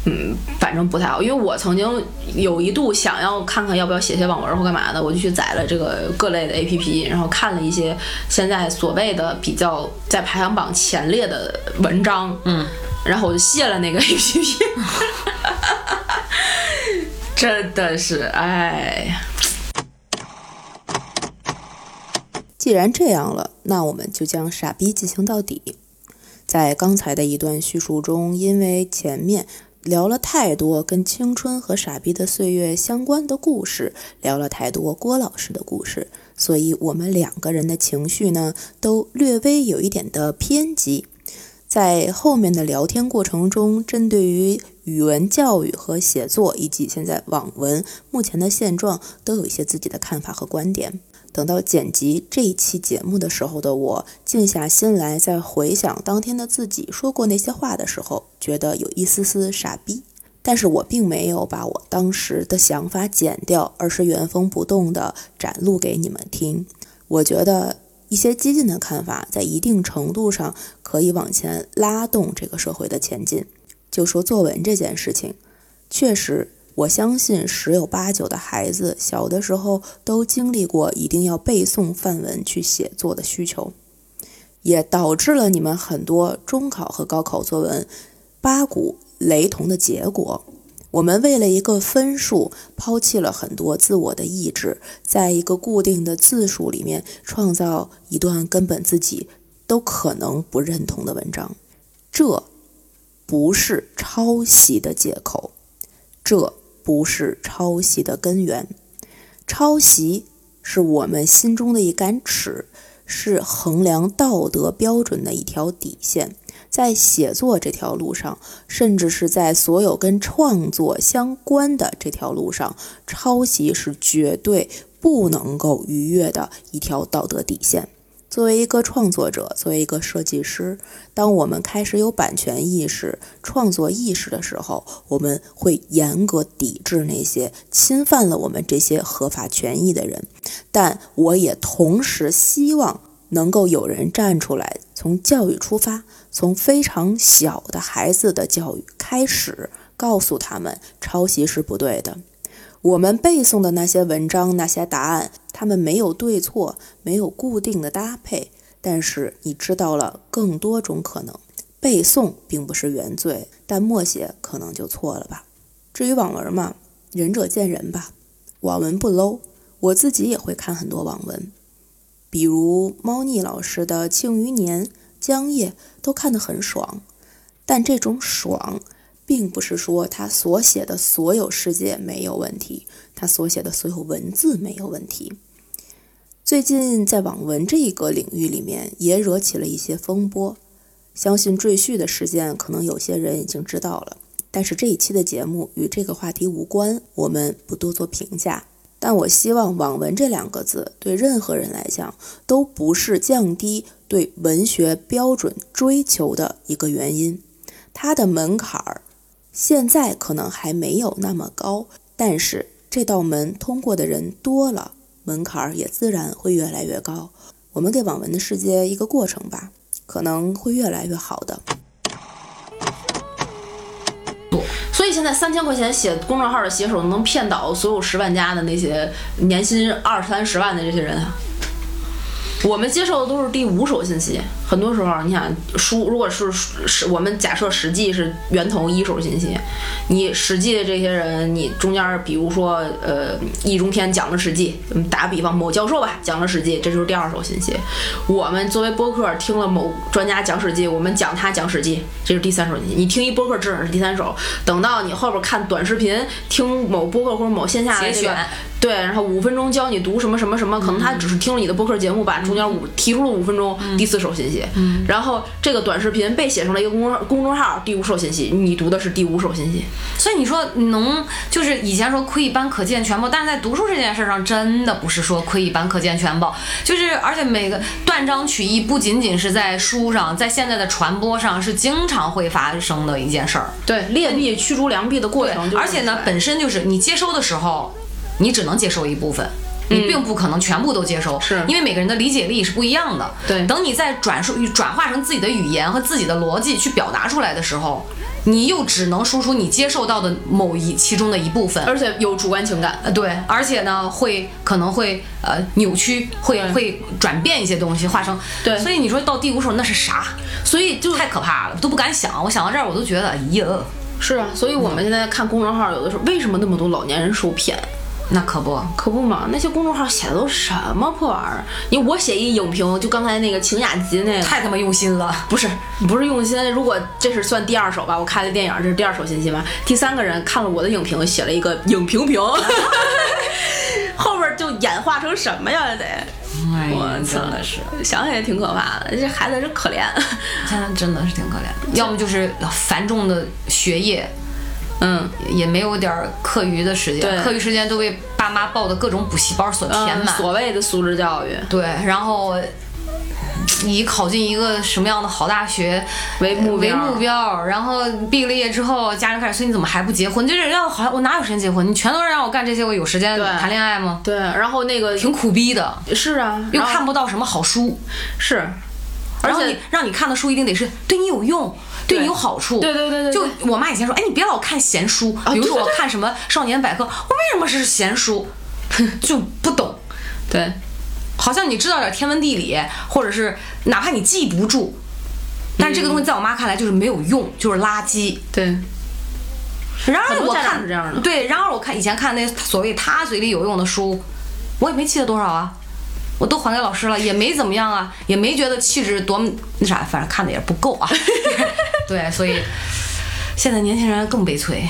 F: 嗯，反正不太好。因为我曾经有一度想要看看要不要写些网文或干嘛的，我就去载了这个各类的 APP，然后看了一些现在所谓的比较在排行榜前列的文章，嗯，然后我就卸了那个 APP。真的是，哎呀，
A: 既然这样了，那我们就将傻逼进行到底。在刚才的一段叙述中，因为前面聊了太多跟青春和傻逼的岁月相关的故事，聊了太多郭老师的故事，所以我们两个人的情绪呢，都略微有一点的偏激。在后面的聊天过程中，针对于语文教育和写作，以及现在网文目前的现状，都有一些自己的看法和观点。等到剪辑这一期节目的时候的我，静下心来，再回想当天的自己说过那些话的时候，觉得有一丝丝傻逼。但是我并没有把我当时的想法剪掉，而是原封不动地展露给你们听。我觉得一些激进的看法，在一定程度上可以往前拉动这个社会的前进。就说作文这件事情，确实，我相信十有八九的孩子小的时候都经历过一定要背诵范文去写作的需求，也导致了你们很多中考和高考作文八股雷同的结果。我们为了一个分数，抛弃了很多自我的意志，在一个固定的字数里面创造一段根本自己都可能不认同的文章，这不是抄袭的借口。这不是抄袭的根源。抄袭是我们心中的一杆尺，是衡量道德标准的一条底线。在写作这条路上，甚至是在所有跟创作相关的这条路上，抄袭是绝对不能够逾越的一条道德底线。作为一个创作者，作为一个设计师，当我们开始有版权意识、创作意识的时候，我们会严格抵制那些侵犯了我们这些合法权益的人。但我也同时希望能够有人站出来，从教育出发，从非常小的孩子的教育开始，告诉他们抄袭是不对的。我们背诵的那些文章、那些答案，他们没有对错，没有固定的搭配，但是你知道了更多种可能。背诵并不是原罪，但默写可能就错了吧。至于网文嘛，仁者见仁吧。网文不 low，我自己也会看很多网文，比如猫腻老师的《庆余年》《江夜》，都看得很爽。但这种爽，并不是说他所写的所有世界没有问题，他所写的所有文字没有问题。最近在网文这一个领域里面，也惹起了一些风波。相信赘婿的事件，可能有些人已经知道了。但是这一期的节目与这个话题无关，我们不多做评价。但我希望“网文”这两个字对任何人来讲，都不是降低对文学标准追求的一个原因。它的门槛儿现在可能还没有那么高，但是这道门通过的人多了，门槛儿也自然会越来越高。我们给网文的世界一个过程吧，可能会越来越好的。
F: 所以现在三千块钱写公众号的写手能骗倒所有十万加的那些年薪二三十万的这些人啊。我们接受的都是第五手信息，很多时候你想书，如果是是我们假设《史记》是源头一手信息，你《史记》的这些人，你中间比如说呃易中天讲了《史记》，嗯打比方某教授吧讲了《史记》，这就是第二手信息。我们作为播客听了某专家讲《史记》，我们讲他讲《史记》，这是第三手信息。你听一播客至少是第三手，等到你后边看短视频，听某播客或者某线下的这
G: 节
F: 个
G: 选
F: 对，然后五分钟教你读什么什么什么，可能
G: 嗯
F: 他只是听了你的播客节目吧，中间五提出了五分钟第四手信息，
G: 嗯
F: 然后这个短视频被写成了一个公众号公众号第五手信息，你读的是第五手信息，
G: 所以你说能就是以前说窥一斑可见全豹，但是在读书这件事上，真的不是说窥一斑可见全豹，就是而且每个断章取义，不仅仅是在书上，在现在的传播上是经常会发生的一件事儿。
F: 对，劣币驱逐良币的过
G: 对
F: 程，，
G: 而且呢，本身就是你接收的时候，你只能接收一部分。你并不可能全部都接收，
F: 嗯是
G: 因为每个人的理解力是不一样的。
F: 对
G: 等你再转述、转化成自己的语言和自己的逻辑去表达出来的时候，你又只能输出你接受到的某一其中的一部分。
F: 而且有主观情感，
G: 呃，对，而且呢，会可能会呃扭曲，会
F: 对
G: 会转变一些东西，化成
F: 对
G: 所以你说到第五首那是啥？
F: 所以就
G: 太可怕了，都不敢想。我想到这儿，我都觉得，哎呀，
F: 是啊，所以我
G: 嗯
F: 们现在看公众号，有的时候为什么那么多老年人受骗？
G: 那可不，
F: 可不嘛，那些公众号写的都什么破玩意儿？你我写一影评，就刚才那个秦雅集那个，
G: 太他妈用心了。
F: 不是不是用心，如果这是算第二手吧，我看了电影，这是第二手信息吧。第三个人看了我的影评，写了一个影评 评，后边就演化成什么呀？得，
G: 哎呀
F: 我操
G: 真的是，
F: 想想也挺可怕的，这孩子真可怜。
G: 现在真的是挺可怜的。要么就是繁重的学业，
F: 嗯，
G: 也没有点儿课余的时
F: 对
G: 间，课余时间都被爸妈报的各种补习班所填
F: 嗯
G: 满。
F: 所谓的素质教育
G: 对，然后以考进一个什么样的好大学
F: 为目
G: 为
F: 标
G: 目标，然后毕了业之后，家人开始催你怎么还不结婚？就是让我好像我哪有时间结婚？你全都让我干这些，我有时间
F: 对
G: 谈恋爱吗？
F: 对，然后那个
G: 挺苦逼的，
F: 是啊，
G: 又
F: 然后
G: 看不到什么好书，
F: 是，而
G: 然后
F: 且
G: 你让你看的书一定得是对你有用，对你有好处。
F: 对对对啊对对
G: 就我妈以前说，哎，你别老看闲书，比如说我看什么《少年百科》，我为什么是闲书？ 就不懂。
F: 对，
G: 好像你知道点天文地理，或者是哪怕你记不住，但这个东西在我妈看来就是没有用，就是垃圾。
F: 对，
G: 然而
F: 很多
G: 我
F: 家长
G: 看
F: 是这样的
G: 对，然而我看以前看那所谓他嘴里有用的书，我也没记得多少啊，我都还给老师了，也没怎么样啊，也没觉得气质多么那啥，反正看的也不够啊。 对，所以现在年轻人更悲催。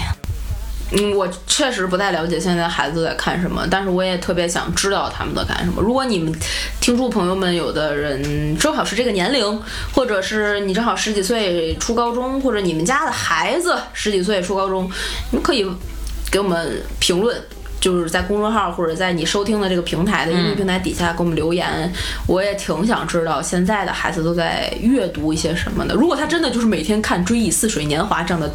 F: 嗯，我确实不太了解现在孩子在看什么，但是我也特别想知道他们在干什么。如果你们听众朋友们有的人正好是这个年龄，或者是你正好十几岁初高中，或者你们家的孩子十几岁初高中，你们可以给我们评论。就是在公众号或者在你收听的这个平台的音频平台底下给我们留言，我也挺想知道现在的孩子都在阅读一些什么的。如果他真的就是每天看《追忆似水年华》这样的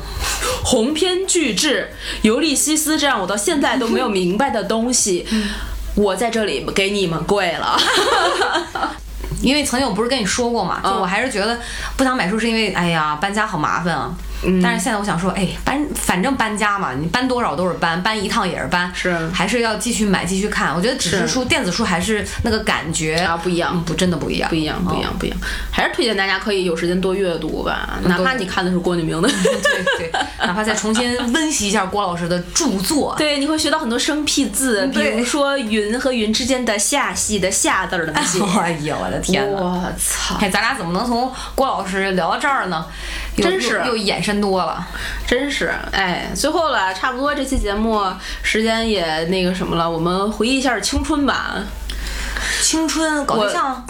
F: 鸿篇巨制，《尤利西斯》这样我到现在都没有明白的东西，我在这里给你们跪了。
G: 因为曾经我不是跟你说过嘛，就
F: 嗯
G: 我还是觉得不想买书，是因为哎呀搬家好麻烦啊。
F: 嗯
G: 但是现在我想说，哎，搬反正搬家嘛，你搬多少都是搬，搬一趟也是搬，
F: 是
G: 还是要继续买继续看。我觉得纸质
F: 是
G: 书、电子书还是那个感觉
F: 啊，不一样
G: 嗯，不真的不一样，
F: 不一样，不一样，不一样，还是推荐大家可以有时间多阅读吧，哪怕你看的是郭敬明的，
G: 对对，哪怕再重新温习一下郭老师的著作，
F: 对，你会学到很多生僻字，比
G: 嗯对
F: 如说“云”和“云”之间的“下”系的“下”字儿的那些。
G: 哎呀，我的天呐！
F: 我操！
G: 哎，咱俩怎么能从郭老师聊到这儿呢？又
F: 真是
G: 又又延伸多了，
F: 真是哎，最后了，差不多这期节目时间也那个什么了，我们回忆一下青春吧，
G: 青春搞对象，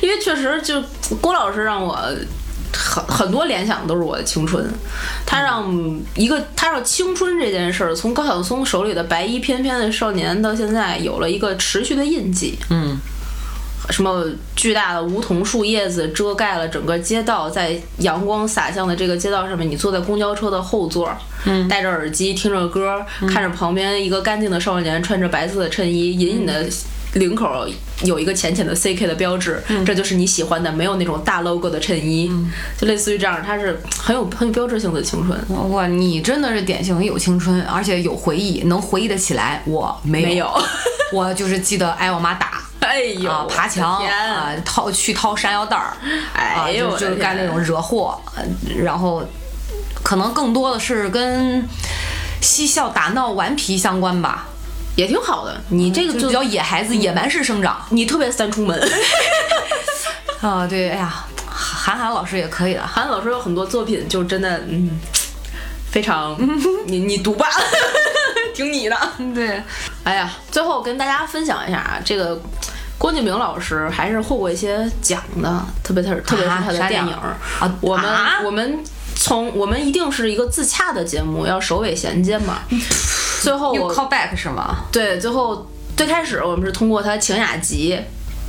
F: 因为确实就郭老师让我很很多联想都是我的青春，他让一个他让青春这件事儿从高晓松手里的白衣翩翩的少年到现在有了一个持续的印记，
G: 嗯。
F: 什么巨大的梧桐树叶子遮盖了整个街道，在阳光洒向的这个街道上面，你坐在公交车的后座，嗯，戴着耳机听着歌，看着旁边一个干净的少年穿着白色的衬衣，隐隐的领口有一个浅浅的 CK 的标志，
G: 嗯
F: 这就是你喜欢的，没有那种大 logo 的衬衣，就类似于这样，它是很有很有标志性的青春。
G: 哇，你真的是典型有青春，而且有回忆，能回忆得起来。我没有，
F: 没有
G: 我就是记得挨我妈打。
F: 哎呦，
G: 啊，爬墙
F: 我的天
G: 啊，掏去掏山腰带儿，啊，
F: 哎呦
G: 就
F: 我的
G: 就是干那
F: 天
G: 种惹祸，呃然后可能更多的是跟嬉笑打闹、顽皮相关吧，
F: 也挺好的，你这个
G: 就
F: 就嗯
G: 比较野孩子、野蛮式生长
F: 你特别三出门。
G: 啊。对，哎呀，韩寒老师也可以的，
F: 韩老师有很多作品，就真的嗯，非 常你你读吧， 听你的。
G: 对，
F: 哎呀，最后跟大家分享一下啊，这个郭敬明老师还是获过一些奖的，特别特特别是他的
G: 啥
F: 电
G: 奖
F: 影儿
G: 啊
F: 我们、
G: 啊
F: 我们从我们一定是一个自洽的节目，要首尾衔接 嘛。最后
G: 又
F: 我
G: call back 是吗？
F: 对，最后最开始我们是通过他《晴雅集》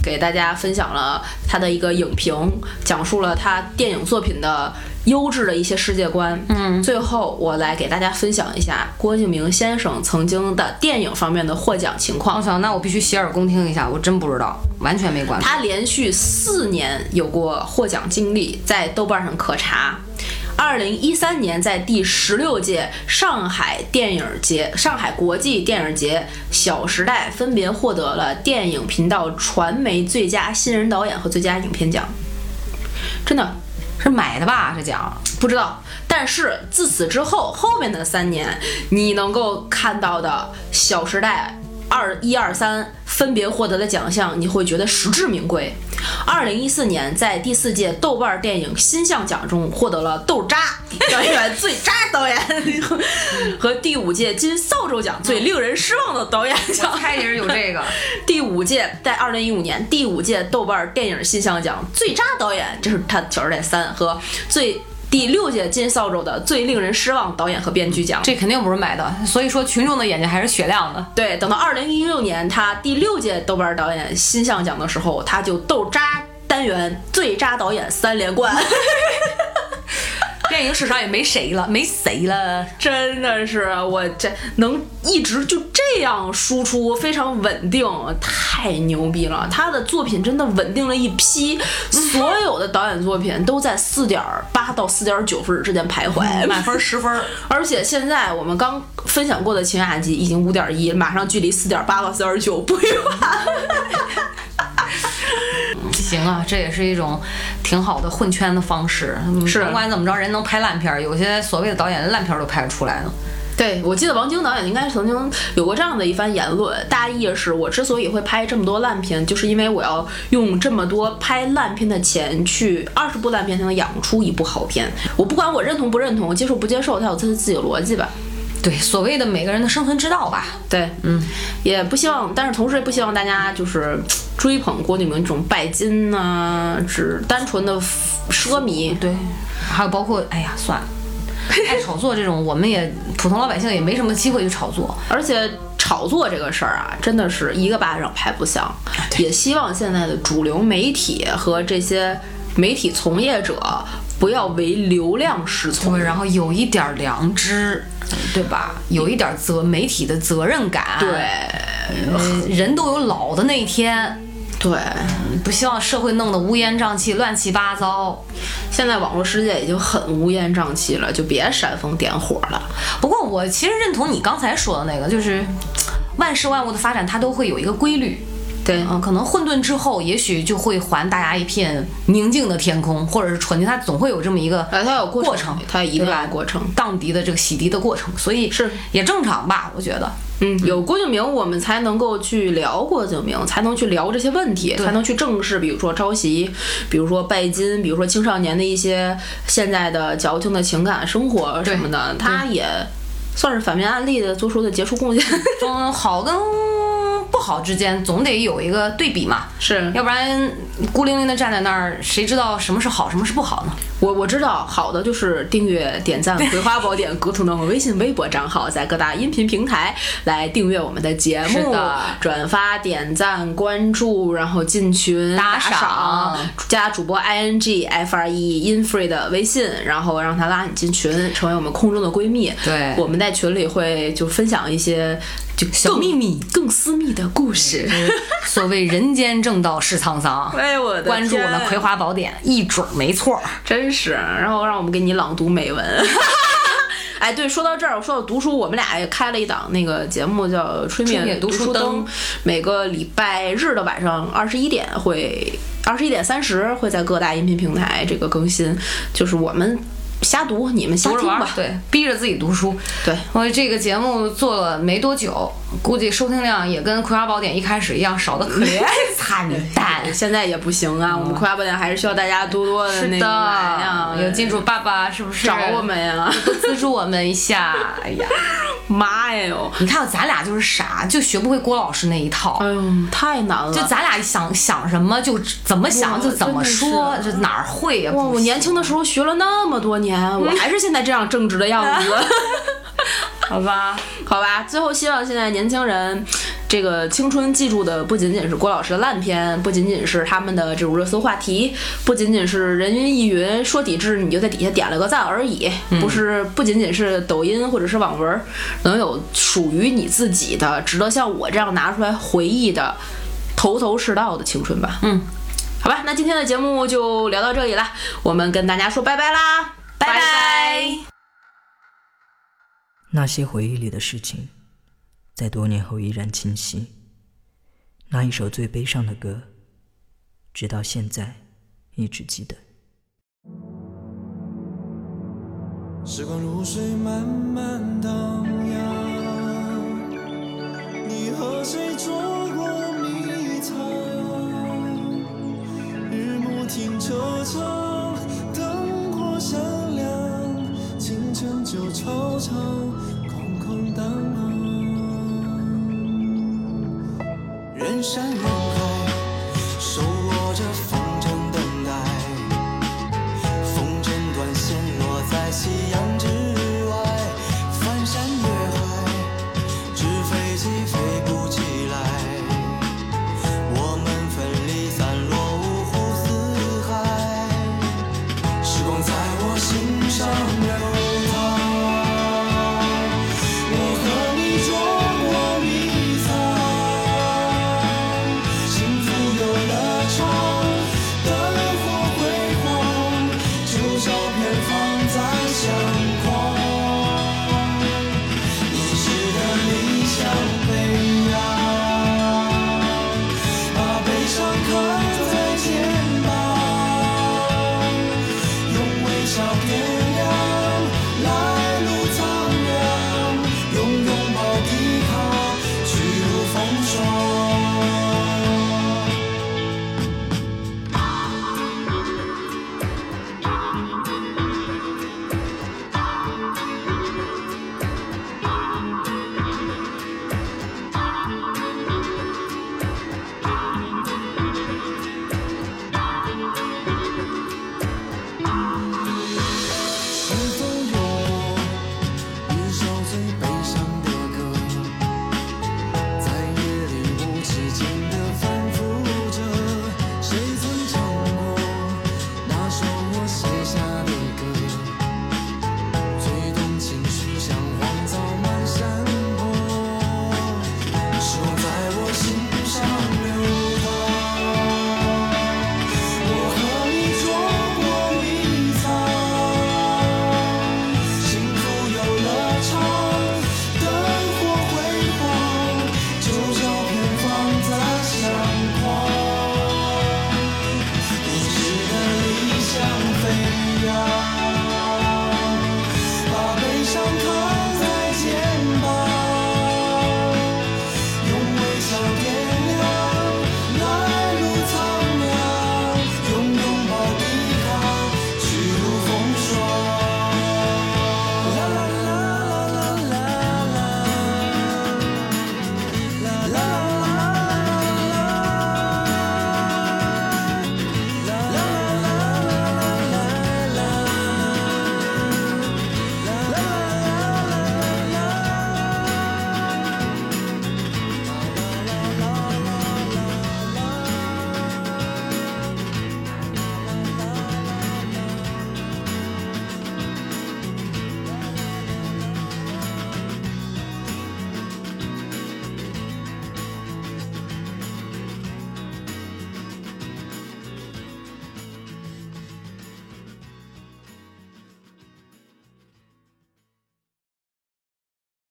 F: 给大家分享了他的一个影评，讲述了他电影作品的优质的一些世界观。嗯，最后我来给大家分享一下郭敬明先生曾经的电影方面的获奖情
G: 我
F: 况。
G: 操，那我必须洗耳恭听一下，我真不知道，完全没关系。
F: 他连续四年有过获奖经历，在豆瓣上可查。二零一三年，在第十六届上海电影节、上海国际电影节、小时代分别获得了电影频道传媒最佳新人导演和最佳影片奖。真的
G: 是买的吧？这 奖
F: 不知道，但是自此之后，后面的三年，你能够看到的《小时代》二一二三分别获得的奖项，你会觉得实至名归。二零一四年，在第四届豆瓣电影新项奖中获得了豆渣表演员最渣导演和第五届金扫帚奖最令人失望的导演奖。
G: 猜也是有这 个，
F: 第五届在二零一五年第五届豆瓣电影新项奖最渣导演，这是他《小时代三》和最第六届金扫帚的最令人失望导演和编剧奖。
G: 这肯定不是买的，所以说群众的眼睛还是雪亮的。
F: 对，等到二零一六年他第六届豆瓣导演新项奖的时候，他就豆渣单元最渣导演三连冠，
G: 电影史上也没谁了，没谁了。
F: 真的是我这能一直就这样输出，非常稳定，太牛逼了！他的作品真的稳定了一批，所有的导演作品都在四点八到四点九分之间徘徊，
G: 满分十分儿，
F: 而且现在我们刚分享过的《情雅集》已经五点一，马上距离四点八到四点九不 远。
G: 行啊，这也是一种挺好的混圈的方式。嗯
F: 是
G: 甭管怎么着，人能拍烂片儿，有些所谓的导演烂片儿都拍得出来呢。
F: 对，我记得王晶导演应该曾经有过这样的一番言论，大意是我之所以会拍这么多烂片，就是因为我要用这么多拍烂片的钱去二十部烂片才能养出一部好片。我不管我认同不认同，我接受不接受，他有他自己的逻辑吧。
G: 对，所谓的每个人的生存之道吧。
F: 对，嗯，也不希望，但是同时也不希望大家就是追捧郭敬明这种拜金呐、只单纯的奢靡。
G: 对，还有包括，哎呀，算了，爱炒作这种，我们也普通老百姓也没什么机会去炒作。
F: 而且炒作这个事儿啊，真的是一个巴掌拍不响。也希望现在的主流媒体和这些媒体从业者不要为流量失聪
G: 对，。然后有一点儿良知，对吧？有一点儿责媒体的责任感。
F: 对，
G: 呃，人都有老的那一天。
F: 对，
G: 不希望社会弄得乌烟瘴气、乱七八糟。
F: 现在网络世界已经很乌烟瘴气了，就别煽风点火了。
G: 不过我其实认同你刚才说的那个，就是万事万物的发展，它都会有一个规律。
F: 对，
G: 嗯，可能混沌之后，也许就会还大家一片宁静的天空，或者是纯净，它总会有这么一个
F: 呃，它有过
G: 过程
F: 它一定
G: 对
F: 有
G: 吧
F: 过程。
G: 荡涤的这个洗涤的过程，所以
F: 是
G: 也正常吧，我觉得。
F: 嗯，有郭敬明，我们才能够去聊郭敬明，才能去聊这些问题，才能去正视，比如说抄袭，比如说拜金，比如说青少年的一些现在的矫情的情感生活什么的，他也算是反面案例的做出的杰出贡献。
G: 嗯，好跟不好之间总得有一个对比嘛，
F: 是
G: 要不然孤零零的站在那儿，谁知道什么是好，什么是不好呢？
F: 我我知道，好的就是订阅、点赞《葵花宝 典》格图的微信、微博账号，在各大音频平台来订阅我们的节
G: 是
F: 目
G: 的，
F: 转发、点赞、关注，然后进群
G: 打
F: 赏，
G: 赏
F: 加主播 i n g f r e infree 的微信，然后让他拉你进群，成为我们空中的闺蜜。
G: 对
F: 我们在群里会就分享一些就小秘密、更私密的故事。
G: 所谓人间正道是沧桑，啊
F: 哎呦我的
G: 关注我们《
F: 天
G: 葵花宝典》一准儿没错儿。
F: 真是，然后让我们给你朗读美文。 哎，对，说到这儿，我说到读书，我们俩也开了一档那个节目，叫《吹
G: 吹灭
F: 灭
G: 读
F: 读
G: 书
F: 书
G: 灯
F: 灯》，每个礼拜日的晚上二十一点会，二十一点三十会在各大音频平台这个更新，就是我们瞎读，你们瞎
G: 读着
F: 听
G: 玩儿
F: 吧，。
G: 对，逼着自己读书。
F: 对，
G: 我这个节目做了没多久，估计收听量也跟《葵花宝典》一开始一样少的
F: 哎
G: 可怜，惨 淡。
F: 现在也不行啊，我们《葵花宝典》还是需要大家多多的
G: 嗯是
F: 那个来呀
G: 的，，有金主爸爸是不是
F: 找我们呀，
G: 多资助我们一 下？哎呀，
F: 妈呀哟，
G: 你看咱俩就是傻，就学不会郭老师那一套。
F: 哎呦，太难了，
G: 就咱俩想想什么就怎么想
F: 哇
G: 就怎么说，
F: 真啊
G: 就哪儿会呀、
F: 哇！我哦年轻的时候学了那么多年，
G: 嗯
F: 我还是现在这样正直的样子，
G: 好吧，
F: 好吧？最后希望现在年轻人，这个青春记住的不仅仅是郭老师的烂片，不仅仅是他们的这种热搜话题，不仅仅是人云亦云，说抵制你就在底下点了个赞而已，
G: 嗯
F: 不是不仅仅是抖音或者是网文，能有属于你自己的，值得像我这样拿出来回忆的，头头是道的青春吧。嗯。好吧，那今天的节目就聊到这里了，我们跟大家说拜拜啦，拜拜
J: 那些回忆里的事情，在多年后依然清晰。那一首最悲伤的歌，直到现在一直记得。
E: 时光如水慢慢荡漾，你和谁走过迷藏？日暮停车场，灯火闪亮，清晨旧操场空空荡荡，人山人海，手握着风